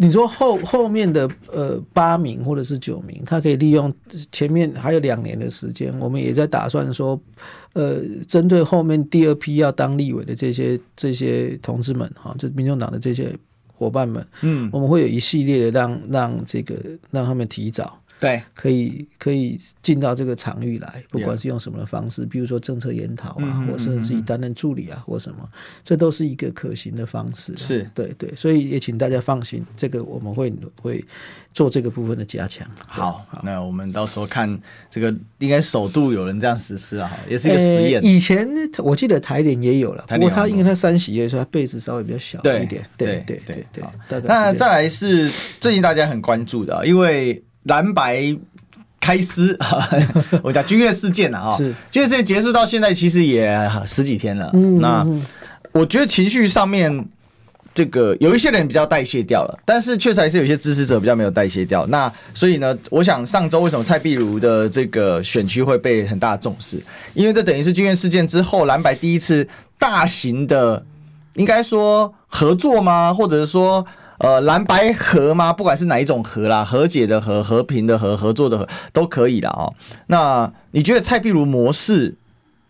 B: 你说后后面的呃八名或者是九名，他可以利用前面还有两年的时间，我们也在打算说，呃，针对后面第二批要当立委的这些这些同志们哈，就民众党的这些伙伴们，
A: 嗯，
B: 我们会有一系列的让让这个让他们提早
A: 对，
B: 可以可以进到这个场域来，不管是用什么的方式，比如说政策研讨
A: 嗯
B: 啊，或者自己担任助理啊，或什么，这都是一个可行的方式啊。
A: 是
B: 对对，所以也请大家放心，这个我们会会做这个部分的加强。
A: 好，那我们到时候看这个，应该首度有人这样实施啊了，哈，也是一个
B: 呃
A: 实验。
B: 以前我记得台联也有了，
A: 台联
B: 不过
A: 有
B: 他
A: 吗
B: 因为他三喜月，所以他辈子稍微比较小
A: 对
B: 一点。
A: 对
B: 对对对
A: 好，
B: 大概是这
A: 那
B: 样
A: 再来是最近大家很关注的啊，因为蓝白开撕， 我们讲军乐事件啊，哈
B: 是
A: 军乐事件结束到现在其实也十几天了。那我觉得情绪上面。这个有一些人比较代谢掉了，但是确实还是有一些支持者比较没有代谢掉。那所以呢，我想上周为什么蔡壁如的这个选区会被很大的重视？因为这等于是军院事件之后，蓝白第一次大型的，应该说合作吗？或者是说呃蓝白合吗？不管是哪一种合啦，和解的和、和平的和、合作的和都可以啦哦。那你觉得蔡壁如模式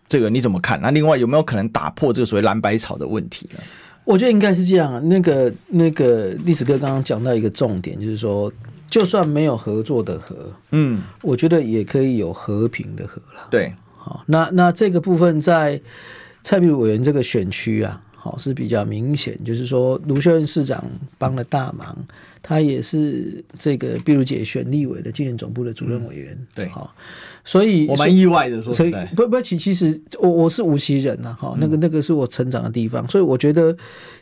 A: 这个你怎么看？那另外有没有可能打破这个所谓蓝白草的问题呢？
B: 我觉得应该是这样啊。那个那个历史哥刚刚讲到一个重点，就是说，就算没有合作的和，
A: 嗯，
B: 我觉得也可以有和平的和啦。
A: 对，
B: 好，那那这个部分在蔡壁如委员这个选区啊，好是比较明显，就是说卢秀燕市长帮了大忙，他也是这个壁如姐选立委的竞选总部的主任委员。
A: 嗯对
B: 好，所以
A: 我蛮意外的，说
B: 所
A: 实
B: 以
A: 在，嗯
B: 不不，其其实我我是无锡人呐、哈，那个那个是我成长的地方，所以我觉得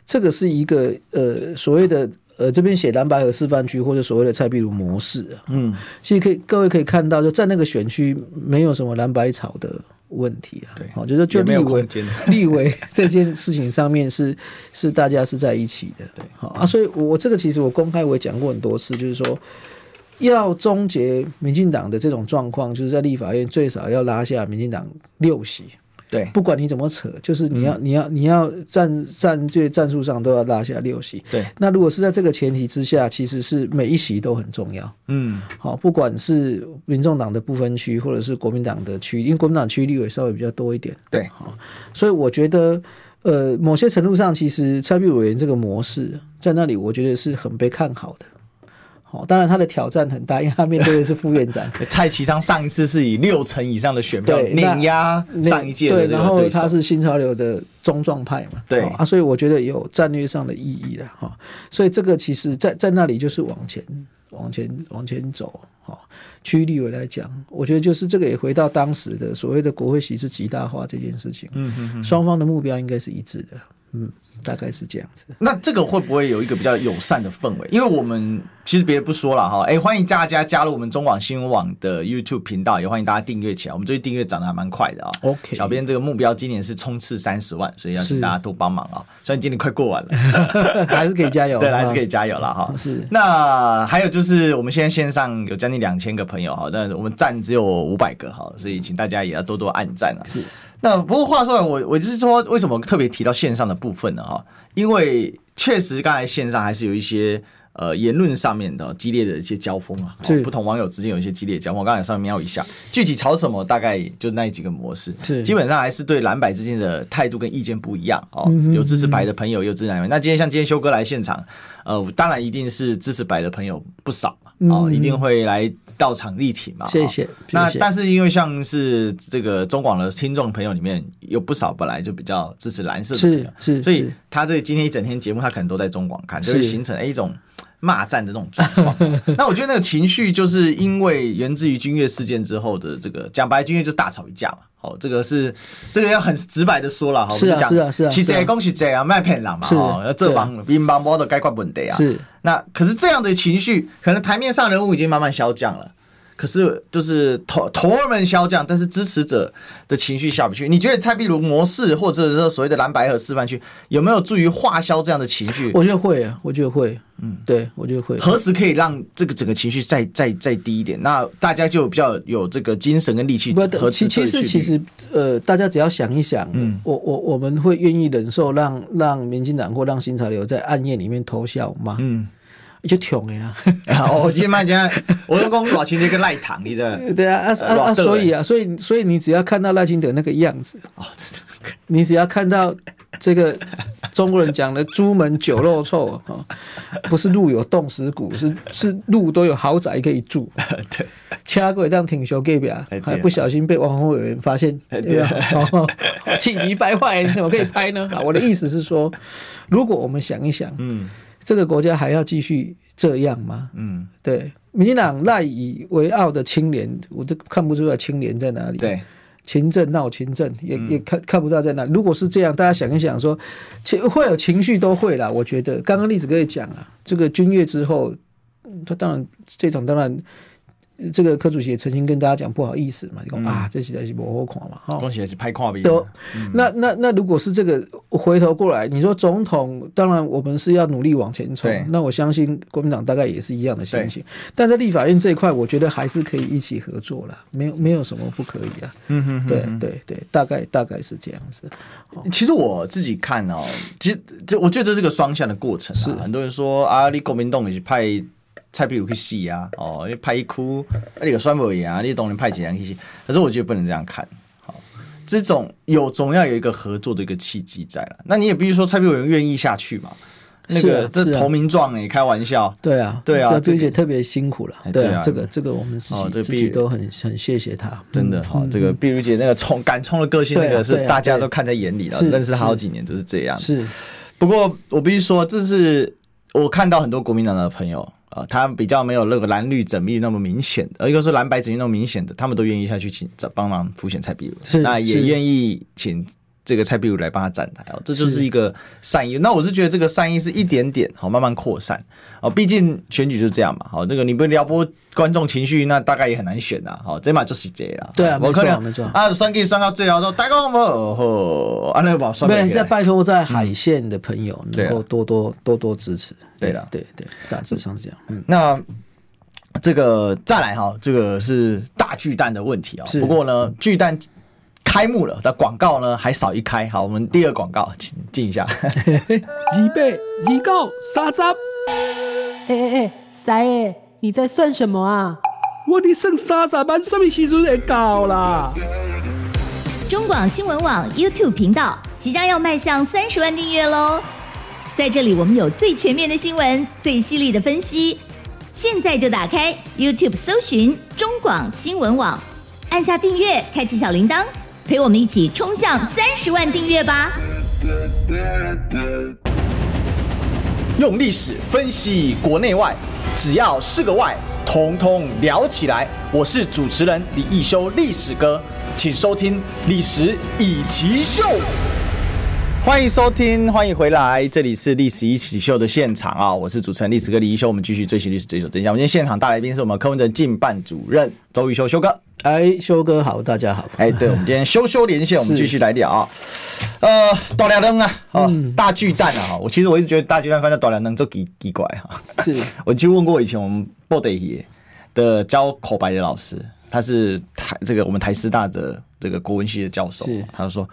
B: 这个是一个呃所谓的呃这边写蓝白河示范区或者所谓的蔡壁如模式、啊，
A: 嗯，
B: 其实可以各位可以看到，就在那个选区没有什么蓝白草的问题啊，
A: 对
B: 好，就是就
A: 也没
B: 立
A: 有
B: 委
A: 空间
B: 立委这件事情上面是是大家是在一起的，对，好啊，所以我我这个其实我公开我也讲过很多次，就是说。要终结民进党的这种状况，就是在立法院最少要拉下民进党六席，
A: 对
B: 不管你怎么扯，就是你
A: 嗯
B: 要、你要你要战战略战术上都要拉下六席。
A: 对，
B: 那如果是在这个前提之下，其实是每一席都很重要。
A: 嗯，
B: 好，不管是民众党的不分区，或者是国民党的区，因为国民党区立委稍微比较多一点，
A: 对，
B: 所以我觉得，呃，某些程度上，其实蔡壁如委员这个模式在那里，我觉得是很被看好的。好、当然他的挑战很大，因为他面对的是副院长，
A: 蔡其昌上一次是以六成以上的选票
B: 对那
A: 碾压
B: 那
A: 上一届的
B: 对，
A: 这
B: 然
A: 个
B: 后
A: 对
B: 他
A: 手。
B: 是新潮流的中壮派嘛，
A: 对
B: 哦啊，所以我觉得有战略上的意义了哈、所以这个其实在在那里就是往前往前往前走哈、区域立委来讲，我觉得就是这个也回到当时的所谓的国会席次极大化这件事情，嗯嗯，双方的目标应该是一致的，嗯，大概是这样 子。
A: 那这个会不会有一个比较友善的氛围？因为我们其实别的不说了哈，哎、欢迎大家加入我们中广新闻网的 YouTube 频道，也欢迎大家订阅起来。我们最近订阅涨得还蛮快的啊、
B: OK
A: 小编这个目标今年是冲刺三十万，所以要请
B: 是
A: 大家多帮忙啊、虽然今年快过 完了，
B: 还是可以加油，
A: 对，还是可以
B: 啊。
A: 加油了哈。
B: 是
A: 那还有就是，我们现在线上有将近两千个朋友哈，但我们赞只有五百个哈，所以请大家也要多多按赞啊。
B: 是。
A: 那不过话说来，我我就是说，为什么特别提到线上的部分呢？哈，因为确实刚才线上还是有一些呃言论上面的激烈的一些交锋啊，
B: 是
A: 不同网友之间有一些激烈的交锋。我刚才上面瞄一下，具体吵什么，大概就那几个模式，
B: 是
A: 基本上还是对蓝白之间的态度跟意见不一样哦。
B: 嗯
A: 有支持白的朋友，有支持蓝的。那今天像今天修哥来现场，呃，当然一定是支持白的朋友不少嘛，哦，
B: 嗯
A: 一定会来到场力挺嘛。
B: 谢
A: 哦
B: 谢
A: 那
B: 谢谢
A: 但是因为像是这个中广的听众朋友里面有不少本来就比较支持蓝色的朋友，
B: 是是
A: 所以
B: 是
A: 他这今天一整天节目他可能都在中广看，就会
B: 是
A: 形成哎一种骂战的那种状况。 那我觉得那个情绪就是因为源自于军乐事件之后的这个讲白，军乐就是大吵一架嘛。好，这个是这个要很直白的说了哈，
B: 是啊
A: 我们就讲
B: 是啊是啊
A: 是
B: 是
A: 这
B: 啊
A: 恭喜这啊，卖骗人嘛，
B: 是
A: 哦，要这
B: 对啊
A: 帮兵帮包的该怪本得啊，
B: 是
A: 那可是这样的情绪，可能台面上人物已经慢慢消降了，可是就是头头儿们消降，但是支持者的情绪下不去。你觉得蔡壁如模式，或者是说所谓的蓝白河示范区，有没有助于化消这样的情绪？
B: 我觉得会啊，我觉得会，嗯，对，我觉得会。
A: 何时可以让这个整个情绪再再再低一点？那大家就比较有这个精神跟力气
B: 不，
A: 和
B: 其其实 其实呃，大家只要想一想，
A: 嗯
B: 我我我们会愿意忍受让让民进党或让新潮流在暗夜里面偷笑吗？
A: 嗯，
B: 就啊捅 了呀，
A: 哦我今麦讲，我都讲老秦这个赖糖，你这
B: 对啊啊啊啊！所以啊，所以所以你只要看到赖清德那个样子，
A: 哦，真的
B: 你只要看到 这个中国人讲的“朱门酒肉臭”啊、哦，不是路有冻死骨，是是路都有豪宅可以住。
A: 对。
B: 掐过一当挺修 gay 表
A: 哎对啊，
B: 还不小心被网红委员发现，
A: 哎
B: 对
A: 对啊
B: 吧？哦气急败 坏，你怎么可以拍呢？啊，我的意思是说，如果我们想一想，
A: 嗯
B: 这个国家还要继续这样吗？
A: 嗯，
B: 对，民进党赖以为傲的清廉，我都看不出来清廉在哪里。
A: 对，
B: 勤政闹勤政，也也看看不到在哪。如果是这样，大家想一想说，情会有情绪都会啦。我觉得刚刚栗子哥也讲啊，这个军乐之后，嗯他当然这场当然，呃这个柯主席也曾经跟大家讲不好意思嘛，就讲、啊，这实在是不好看嘛，哈、
A: 恭喜还是拍跨比
B: 都，
A: 嗯
B: 那那那如果是这个回头过来，你说总统，当然我们是要努力往前冲
A: 对，
B: 那我相信国民党大概也是一样的心情。但在立法院这一块，我觉得还是可以一起合作啦，没有没有什么不可以啊。嗯哼对对对，大概大概是这样子。
A: 其实我自己看哦，其实这我觉得这是个双向的过程啊。很多人说啊，你国民党也是派蔡壁如去戏啊，哦，你派一哭，啊，你个酸梅啊，你当然派几人去戏。可是我觉得不能这样看，好、这种有总要有一个合作的一个契机在了。那你也必须说蔡壁如愿意下去嘛？那
B: 是
A: 个、
B: 啊
A: 这
B: 是啊
A: 投名状哎、开玩笑，
B: 对啊，
A: 对啊
B: 那
A: 这个
B: 并且特别辛苦了
A: 哎。
B: 对
A: 对啊
B: 啊，这个这个我们自
A: 哦这个
B: 己自
A: 必
B: 己都很很谢谢他。嗯
A: 真的哈、这个碧如姐那个冲敢冲的个性，那
B: 对
A: 个
B: 啊对
A: 是
B: 啊
A: 大家
B: 对
A: 都看在眼里了，
B: 是
A: 认识她
B: 是
A: 好几年都是这样。
B: 是
A: 不过我必须说，这是我看到很多国民党的朋友啊、呃他比较没有那个蓝绿缜密那么明显的，而一个是蓝白缜密那么明显的，他们都愿意下去请帮忙浮选蔡壁如，
B: 是
A: 那也
B: 是
A: 愿意请。这个蔡壁如来帮他站台哦，这就是一个善意。那我是觉得这个善意是一点点好、慢慢扩散哦，毕竟选举就这样嘛。好、这个你不撩拨观众情绪，那大概也很难选呐、好、这嘛就是这样。
B: 对啊
A: 我
B: 没错
A: 可能
B: 没错
A: 啊，算计算到最后说，大家无哦，安尼把算
B: 没
A: 不
B: 有，
A: 起
B: 在
A: 来
B: 拜托在海线的朋友
A: 对啊
B: 能够多多多多支持。
A: 对啦
B: 对对，大致上是这样。嗯，
A: 那这个再来哈，这个是大巨蛋的问题啊、
B: 是
A: 不过呢，巨蛋开幕了，但广告呢还少一开。好，我们第二广告，请进一下。
D: 二八、二九、三十，
E: 哎哎哎，塞哎，你在算什么啊？
D: 我伫算三十万，什么时阵会到啦？
F: 中广新闻网 YouTube 频道即将要迈向三十万订阅喽！在这里，我们有最全面的新闻、最犀利的分析。现在就打开 YouTube 搜寻中广新闻网，按下订阅，开启小铃铛，陪我们一起冲向三十万订阅吧！
G: 用历史分析国内外，只要是个“外”，统统聊起来。我是主持人李一修，历史哥，请收听《历史以奇秀》。
A: 欢迎收听，欢迎回来，这里是《历史一起秀》的现场啊，我是主持人历史哥李一修，我们继续追寻历史，追求真相。我们今天现场大来宾是我们柯文哲竞办主任周玉修修哥。
B: 哎，修哥好，大家好。
A: 哎，对，我们今天修修连线，我们继续来聊啊。呃，大亮灯啊，哦，大巨蛋啊，我其实我一直觉得大巨蛋翻到大亮灯就奇奇怪啊。
B: 是
A: 我去问过以前我们 b o d y 的教口白的老师，他是台这个我们台师大的这个国文系的教授
B: 是，
A: 他就说，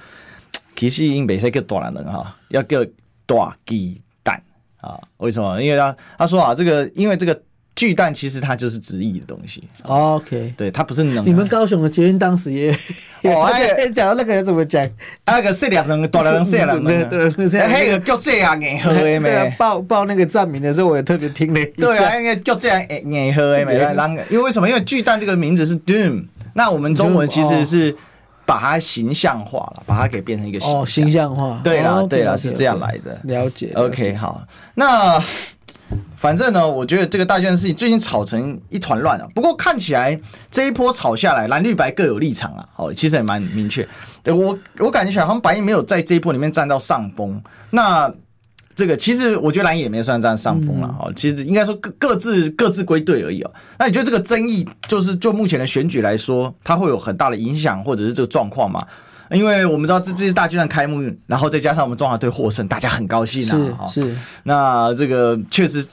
A: 其实因北赛叫大人哈，要叫大鸡蛋啊，为什么？因为他他说啊，这个因为这个巨蛋其实它就是直译的东西，
B: OK。
A: 对，它不是能啊、
B: 你们高雄的捷运当时也，
A: 哦
B: 我
A: 哎
B: 讲到那个要怎么讲？
A: 啊那个四两人，大人四两人，
B: 对对对
A: 那个叫这样硬喝的
B: 对啊
A: 咩？
B: 报报那个站名的时候，我也特别听了一
A: 对
B: 下
A: 啊，应该叫这样硬硬喝的没？然后因为为什么？因为巨蛋这个名字是 Doom，那我们中文其实是把它形象化了，把它给变成一个形象。
B: 嗯哦，形象化。
A: 对啦
B: 哦，OK，
A: 对啦
B: OK，
A: 是这样
B: OK
A: 来的
B: 了解。了解
A: OK，好，那反正呢，我觉得这个大选的事情最近吵成一团乱啊。不过看起来这一波吵下来，蓝绿白各有立场啊。哦，其实也蛮明确。对我我感觉起来好像白银没有在这一波里面占到上风。那这个其实我觉得蓝营也没有算占上风
B: 嗯
A: 了哈、哦，其实应该说各各自各自归队而已哦。那你觉得这个争议，就是就目前的选举来说，它会有很大的影响，或者是这个状况吗？因为我们知道这这次大巨蛋开幕，然后再加上我们中华队获胜，大家很高兴啊，哈
B: 是是，
A: 那这个确实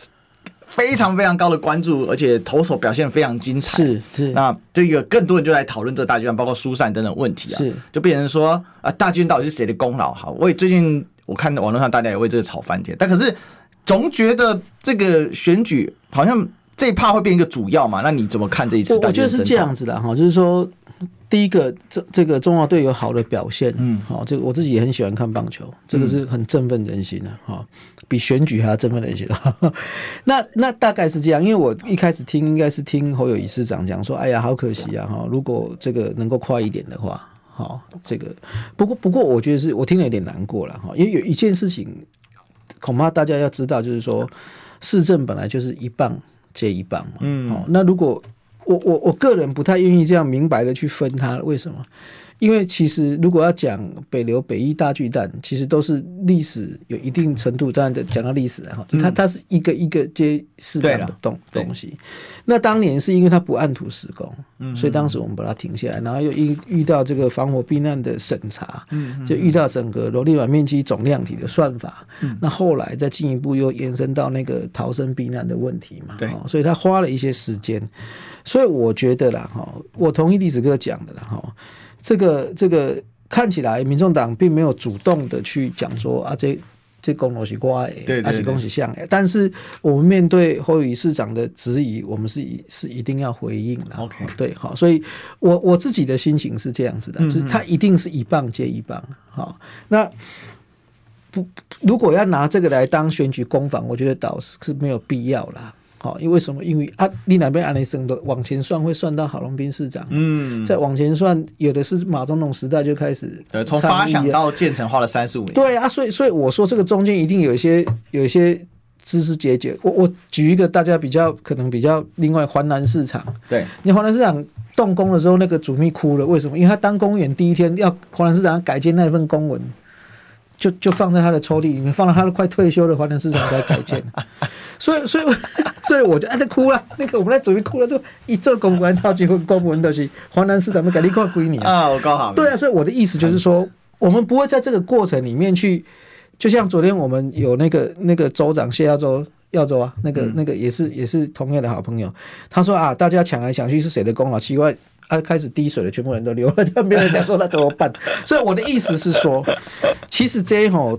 A: 非常非常高的关注，而且投手表现非常精彩。啊
B: 是是
A: 那这个更多人就来讨论这个大巨蛋，包括疏散等等问题啊，
B: 是
A: 就变成说啊，大巨蛋到底是谁的功劳？哈，我也最近我看网络上大家也为这个吵翻天，但可是总觉得这个选举好像这一趴会变一个主要嘛，那你怎么看这一次
B: 我
A: 大
B: 我
A: 巨
B: 觉得
A: 蛋
B: 是
A: 争
B: 这
A: 吵
B: 样？子的哈，就是说，第一个这这个中华队有好的表现，
A: 嗯
B: 好，这个我自己也很喜欢看棒球，这个是很振奋人心的哈，比选举还要振奋人心。 那那大概是这样，因为我一开始听应该是听侯友谊市长讲说，哎呀，好可惜啊哈，如果这个能够快一点的话。好，这个不过不过，我觉得是我听了有点难过了哈，因为有一件事情恐怕大家要知道，就是说
A: 嗯
B: 市政本来就是一棒接一棒嘛。嗯，哦，那如果我我我个人不太愿意这样明白的去分它，为什么？因为其实如果要讲北流、北医大巨蛋，其实都是历史有一定程度，当然的讲到历史啊，哈，就它它是一个一个接市
A: 嗯对
B: 长
A: 啦
B: 的东
A: 对
B: 东西。那当年是因为它不按图施工，
A: 嗯
B: 所以当时我们把它停下来，然后又遇遇到这个防火避难的审查，
A: 嗯
B: 就遇到整个楼地板面积总量体的算法。
A: 嗯
B: 那后来再进一步又延伸到那个逃生避难的问题嘛，
A: 对
B: 哦所以他花了一些时间。所以我觉得啦，哈，我同意历史哥讲的啦，哈，这个这个看起来民众党并没有主动的去讲说啊这。这功劳是瓜
A: 对
B: 诶，
A: 对
B: 而且恭喜项诶，但是我们面对侯友宜市长的质疑，我们是一是一定要回应的。哦
A: OK 嗯
B: 对，好，所以我我自己的心情是这样子的，就是他一定是一棒接一棒，好，那如果要拿这个来当选举攻防，我觉得倒是是没有必要啦。好，因为什么？因为啊，你哪边安雷生的往前算会算到郝龙斌市长，
A: 嗯，
B: 再往前算，有的是马总统时代就开始
A: 呃，从
B: 倡议啊
A: 发想到建成花了三十五年，
B: 对啊，所以所以我说这个中间一定有一些有一些枝枝节节。我我举一个大家比较可能比较另外环南市场，
A: 对
B: 你华南市场动工的时候，那个主秘哭了，为什么？因为他当公务员第一天要华南市场改建那份公文，就就放在他的抽屉里面，放到他都快退休了，华南市场才改建。 所以，所以，所以我就哎，他哭了。那个我们在主秘哭了，之后，一做公务员套结婚公文都是华南市场的改立块归你
A: 啊，我刚好
B: 对啊，所以我的意思就是说，我们不会在这个过程里面去，就像昨天我们有那个那个州长谢耀州。耀州啊，那个那个也是也是同样的好朋友，他说啊，大家抢来抢去是谁的功劳？奇怪，啊，开始滴水了，全部人都流了， 就没有人讲说那怎么办？所以我的意思是说，其实这吼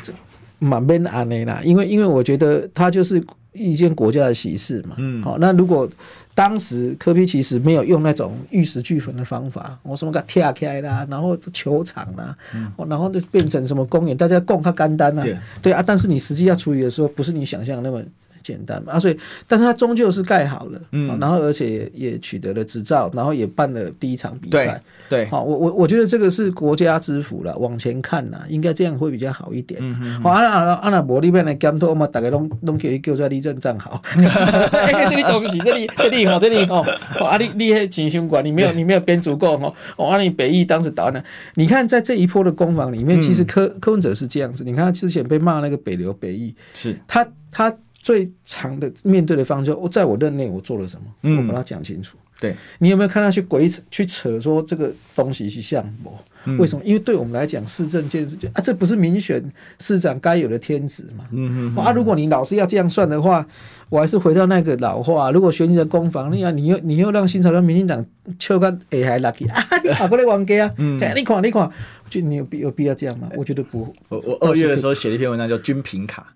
B: 蛮蛮安内啦，因为因为我觉得它就是一件国家的喜事嘛。嗯，好、那如果当时科比其实没有用那种玉石俱焚的方法，我什么给它跳开啦，然后球场啦，哦然后就变成什么公园，大家供它干单啊
A: 对，
B: 对啊，但是你实际要处理的时候，不是你想象那么。简单嘛啊，所以，但是它终究是盖好了，嗯，然后而且也也取得了执照，然后也办了第一场比
A: 对
B: 赛，
A: 对，
B: 啊好、我我我觉得这个是国家之福了，往前看呐，应该这样会比较好一点。好、啊那啊那无你边来监督，我们大家拢拢叫伊叫做李正账号。 哎这里东西，这里这里吼，这里吼，哦啊你你迄钱胸管，你没有你没有编足够吼，哦啊你北艺当时打呢，你看在这一波的攻防里面，其实柯、柯文哲是这样子，你看他之前被骂那个北流北艺，
A: 是
B: 他他最常的面对的方式，我在我任内我做了什么，
A: 嗯
B: 我把它讲清楚。
A: 对，
B: 你有没有看他去鬼扯去扯说这个东西是项目？为什么？因为对我们来讲，市政建设就啊，这不是民选市长该有的天职嘛。嗯嗯。啊，如果你老是要这样算的话，我还是回到那个老话，如果选举的攻防，你啊，你又你又让新潮流民进党笑个下海垃圾 啊，你跑过来玩家啊，嗯、你看你看，就你有必有必要这样吗？我觉得不。
A: 我我二月的时候写了一篇文章叫《均贫卡》，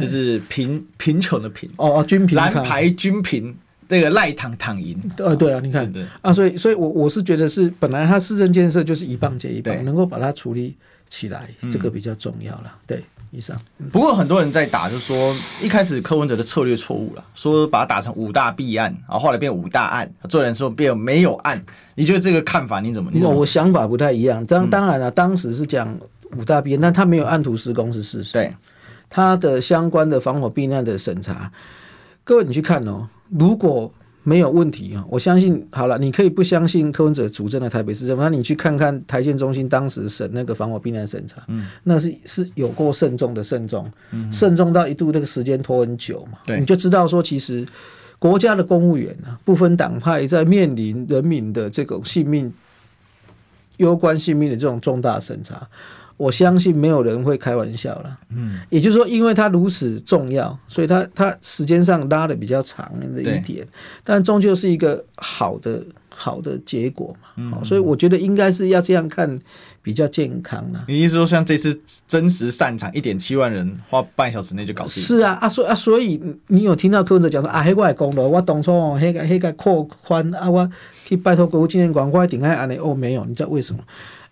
A: 就是贫贫穷的贫，
B: 哦哦，军平
A: 蓝
B: 看
A: 牌均贫，这个赖躺躺赢，
B: 呃，对啊，你看
A: 对对
B: 啊，所以，所以我我是觉得是，本来它市政建设就是一棒接一
A: 对嗯
B: 棒，能够把它处理起来，这个比较重要了。对，以上
A: 不过很多人在打，就说一开始柯文哲的策略错误了，说把它打成五大弊案，然后后来变五大案，最后人说变没有案。你觉得这个看法你怎么？你嗯
B: 我
A: 怎么
B: 我想法不太一样。当当然了、当时是讲五大弊案，但他没有按图施工是事实。
A: 对，
B: 他的相关的防火避难的审查，各位你去看哦，如果没有问题啊，我相信好了，你可以不相信柯文哲主政的台北市政府，那你去看看台建中心当时审那个防火避难审查，嗯，那是是有过慎重的慎重，慎重到一度那个时间拖很久嘛，
A: 对
B: 你就知道说其实。国家的公务员啊，不分党派，在面临人民的这种性命攸关性命的这种重大审查，我相信没有人会开玩笑了。嗯，也就是说，因为它如此重要，所以它它时间上拉的比较长的一点，但终究是一个好的好的结果嘛。嗯、所以我觉得应该是要这样看比较健康啦。
A: 你意思说像这次真实散场一点七万人，花半小时内就搞定？
B: 是啊，啊，所以啊，所以你你有听到柯文哲讲说啊，迄我会讲了，我当初哦，迄个迄个扩宽啊，我去拜托国务纪念馆，我一定要安尼哦，没有，你知道为什么？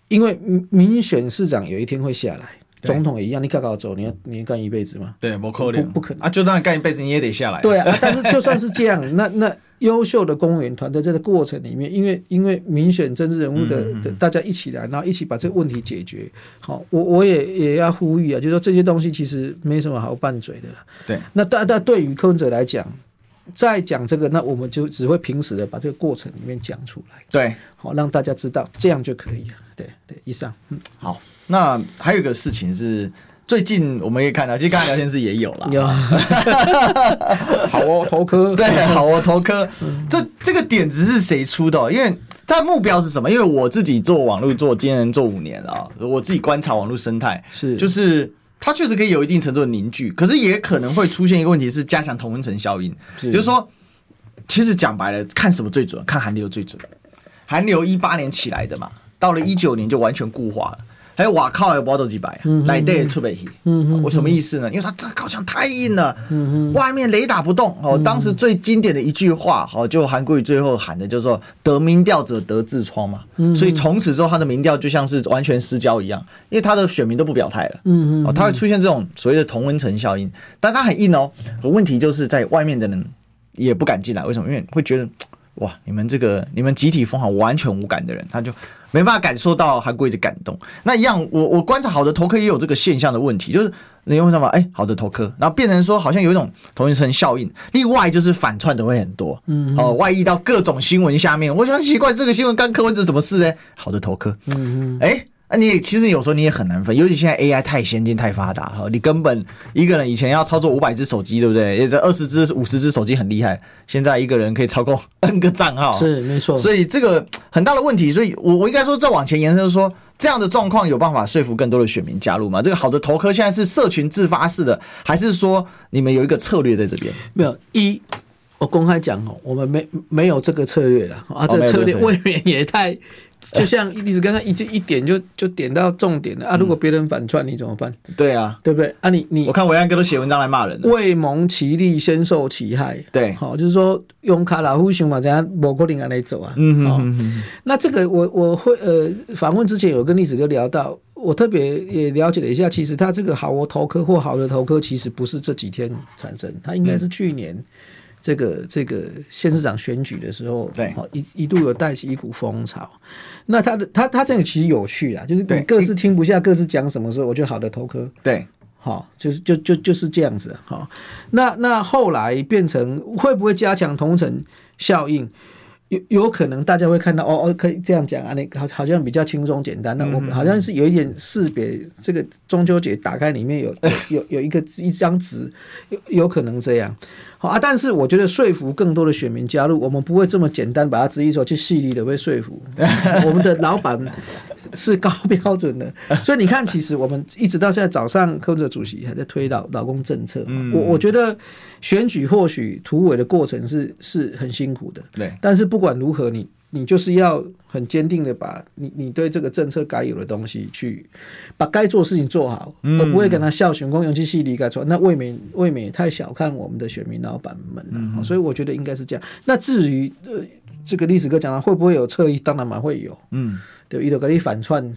B: 因为民民选市长有一天会下来，总统也一样，你搞搞走，你要你要干一辈子吗？
A: 对，不可能，
B: 不不可能
A: 啊！就当然干一辈子你也得下来。
B: 对啊，啊但是就算是这样，那那优秀的公务员团队在这个过程里面，因为因为民选政治人物的的大家一起来，然后一起把这个问题解决。好，我我也也要呼吁啊，就是说这些东西其实没什么好拌嘴的啦。
A: 对，
B: 那但但对于柯文哲来讲，再讲这个，那我们就只会平时的把这个过程里面讲出来，
A: 对，
B: 好让大家知道，这样就可以了。对对，以上，嗯，
A: 好。那还有一个事情是，最近我们可以看到，其实刚才聊天室也有啦。
B: 有， 好哦，头 科，
A: 对，好，我投科。这这个点子是谁出的哦？因为它目标是什么？因为我自己做网络做，今年做五年了啊，我自己观察网络生态，
B: 是
A: 就是。它确实可以有一定程度的凝聚，可是也可能会出现一个问题，是加强同温层效应。
B: 是
A: 就是说，其实讲白了，看什么最准？看韩流最准。韩流一八年起来的嘛，到了一九年就完全固化了。还有瓦靠，有包豆几百，啊来对也出北去。哦我什么意思呢？因为它这个高墙太硬了，外面雷打不动。哦，当时最经典的一句话，哦，就韩国瑜最后喊的就是说“得民调者得痔疮”嘛。所以从此之后，他的民调就像是完全失焦一样，因为他的选民都不表态了。嗯嗯，哦，他会出现这种所谓的同温层效应，但他很硬哦。可问题就是在外面的人也不敢进来，为什么？因为会觉得哇，你们这个你们集体疯狂完全无感的人，他就没办法感受到韩国瑜的感动。那一样，我我观察好的投客也有这个现象的问题，就是你为什么哎好的投客，然后变成说好像有一种同一层效应。另外就是反串的会很多，嗯，哦外溢到各种新闻下面，我就很奇怪这个新闻干柯文哲什么事呢？好的投客，嗯嗯，哎。啊，你也其实有时候你也很难分，尤其现在 AI 太先进、太发达哈，你根本一个人以前要操作五百只手机，对不对？也这二十只、五十只手机很厉害，现在一个人可以操 控 N 个账号，
B: 是没错，
A: 所以这个很大的问题，所以我我应该说再往前延伸就是说。这样的状况有办法说服更多的选民加入吗？这个好的投科现在是社群自发式的，还是说你们有一个策略在这边？
B: 没有一，我公开讲哦，我们没没有这个策略了啊，这
A: 没
B: 个
A: 有
B: 策略
A: 这个策略
B: 未免也太，就像历史刚刚一这一点就就点到重点了啊！如果别人反串你怎么办？
A: 对啊，
B: 对不对啊你？你
A: 我看维安哥都写文章来骂人了。
B: 未蒙其利，先受其害。
A: 对
B: 好、就是说用卡拉夫熊嘛，怎样某个领安来走啊？
A: 嗯哼
B: 哦
A: 哼哼，
B: 那这个我我会呃，访问之前有跟历史哥聊到，我特别也了解了一下，其实他这个好我头科或好的头科，其实不是这几天产生，它应该是去年这个、这个县市长选举的时候，
A: 嗯对
B: 哦一一度有带起一股风潮。那他的他他这个其实有趣啊，就是
A: 对
B: 你各自听不下各自讲什么时候，我就好的头科。
A: 对，
B: 好、就是就就就是这样子好、那那后来变成会不会加强同城效应？有有可能大家会看到哦哦，可以这样讲啊，那好好像比较轻松简单。那我好像是有一点识别这个中秋节打开里面有有有有一个一张纸，有有可能这样。好啊，但是我觉得说服更多的选民加入，我们不会这么简单把它直译说去细腻的被说服。我们的老板是高标准的，所以你看，其实我们一直到现在早上，柯文哲主席还在推老老公政策。我我觉得选举或许突围的过程是是很辛苦的，
A: 对
B: 但是不管如何，你你就是要很坚定的把你你对这个政策该有的东西去把该做的事情做好，
A: 嗯
B: 而不会跟他笑选公用机系离开错，那未免未免也太小看我们的选民老板们了、
A: 嗯
B: 好所以我觉得应该是这样。那至于呃这个历史哥讲的会不会有侧翼，当然蛮会有，
A: 嗯，
B: 对，伊都跟你反串。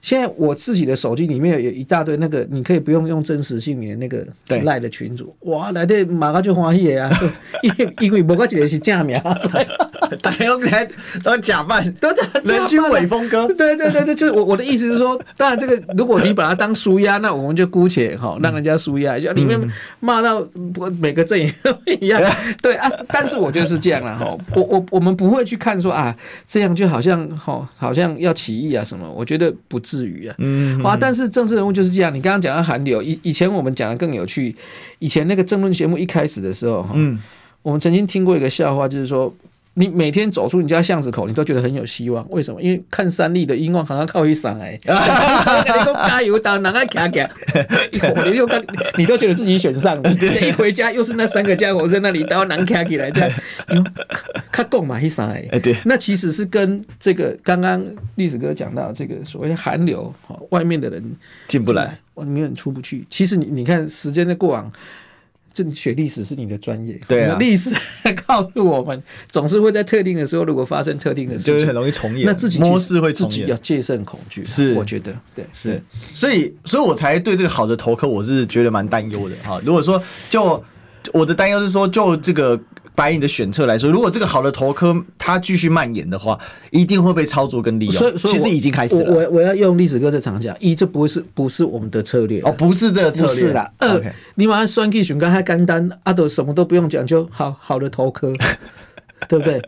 B: 现在我自己的手机里面有一大堆那个，你可以不用用真实姓名的那个
A: 对
B: 赖的群主，哇，来的马上就欢喜的啊， 因为因为无我一个是假名，啊
A: 大家都来都假扮，
B: 都在
A: 人均伟峰哥
B: 对对对对，就是我我的意思是说， 当然这个如果你把它当舒压，那我们就姑且哈、让人家舒压一下，里面
A: 嗯
B: 骂到不每个阵营都 一样，对啊，但是我觉得是这样啦哈、我我我们不会去看说啊，这样就好像哈、好像要起义啊什么，我觉得不至于啊，
A: 嗯
B: 哇！但是政治人物就是这样。你刚刚讲到韩流，以以前我们讲的更有趣。以前那个政论节目一开始的时候，哈，
A: 嗯，
B: 我们曾经听过一个笑话，就是说，你每天走出你家巷子口，你都觉得很有希望。为什么？因为看三立的音乐好像靠一上哎，你说加油当哪个卡卡，你又看你都觉得自己选上了，一回家又是那三个家伙在那里刀难卡起来这样，看够嘛一上哎，
A: 哎对，
B: 那其实是跟这个刚刚历史哥讲到这个所谓的韩流，哈，外面的人
A: 进不来，，
B: 外面的人出不去。其实你你看时间的过往，这学历史是你的专业，
A: 对啊
B: 我们历史告诉我们，总是会在特定的时候，如果发生特定的
A: 就是很
B: 事情，
A: 容易重演，
B: 那自己
A: 模
B: 其实
A: 式会
B: 自
A: 重
B: 己要
A: 演。
B: 戒慎恐惧啊，
A: 是
B: 我觉得对
A: 是，所以，所以我才对这个好的头科，我是觉得蛮担忧的哈。如果说就我的担忧是说，就这个白银的选策来说，如果这个好的头科它继续蔓延的话，一定会被操作跟利用。
B: 所以所以
A: 其
B: 我
A: 实已经开始
B: 我
A: 了。
B: 我我要用历史哥这场讲，一这不是不是我们的策略
A: 哦，不是这个策
B: 不
A: 略
B: 是啦，二
A: OK，
B: 你马上算计选刚还干单，阿斗什么都不用讲，就好好的头科， 对不对？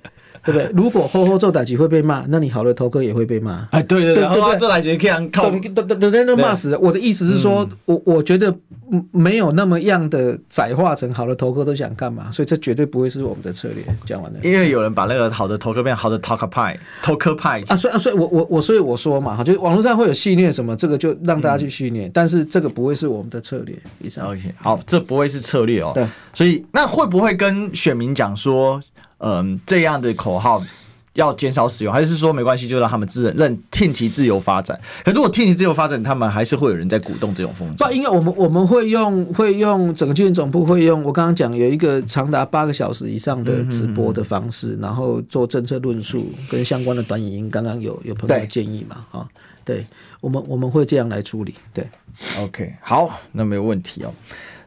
B: 对不对？如果吼吼做打击会被骂，那你好的头科也会被骂。
A: 哎，对对
B: 对
A: 对，
B: 对
A: 哇，
B: 对
A: 这来节可以靠
B: 等等等等等都骂死了。我的意思是说，我我觉得嗯没有那么样的窄化成好的头科都想干嘛，所以这绝对不会是我们的策略。讲完了。
A: 因为有人把那个好的头科变好的 talk pie talk pie，
B: 啊，所以啊，所以我我我所以我说嘛，哈，就是网络上会有戏虐什么，这个就让大家去戏虐，但是这个不会是我们的策略。以上
A: OK，好，这不会是策略哦。
B: 对，
A: 所以那会不会跟选民讲说，嗯，这样的口号要减少使用，还是说没关系，就让他们自认听其自由发展？可如果听其自由发展，他们还是会有人在鼓动这种风
B: 不
A: 潮，。
B: 因为我们我们会用会用整个军训总部会用我刚刚讲有一个长达八个小时以上的直播的方式，然后做政策论述跟相关的短影音。刚刚有有朋友
A: 对
B: 建议嘛，哈、对我们我们会这样来处理。对，
A: OK，好，那没有问题哦。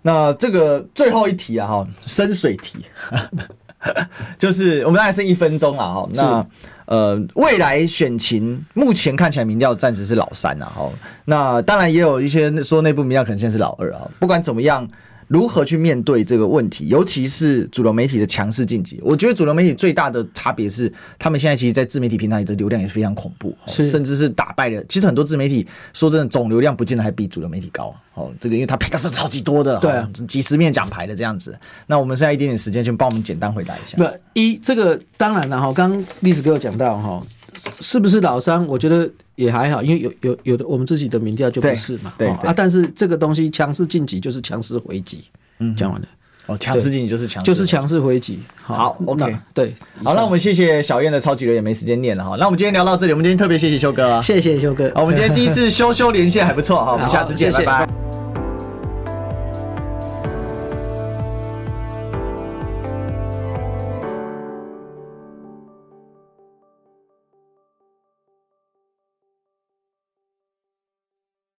A: 那这个最后一题啊，哈，深水题， 就是我们还剩一分钟啊，哈，那呃，未来选情目前看起来民调暂时是老三啊，哈，那当然也有一些说内部民调可能现在是老二啊，不管怎么样。如何去面对这个问题，尤其是主流媒体的强势晋级？我觉得主流媒体最大的差别是，他们现在其实，在自媒体平台的流量也非常恐怖，哦
B: 是
A: 甚至是打败了。其实很多自媒体说真的，总流量不见得还比主流媒体高哦。这个因为它平台是超级多的，
B: 对啊
A: 哦几十面奖牌的这样子。那我们现在一点点时间，先帮我们简单回答一下。
B: 不一这个当然了哈，刚刚历史给我讲到哈，是不是老三？我觉得也还好，因为有有有的我们自己的民调就不
A: 对
B: 是嘛，
A: 对
B: 哦
A: 对
B: 啊，但是这个东西强势晋级就是强势回击。嗯，讲完了。
A: 哦，强势经济就是强势，
B: 就是强势回击。
A: 好，OK
B: 那对，
A: 好，那我们谢谢小燕的超级留言，没时间念了哈。那我们今天聊到这里，我们今天特别谢谢修哥啊。
B: 谢谢修哥。
A: 好，我们今天第一次修修连线还不错哈，我们下次见，
B: 好谢谢
A: 拜拜。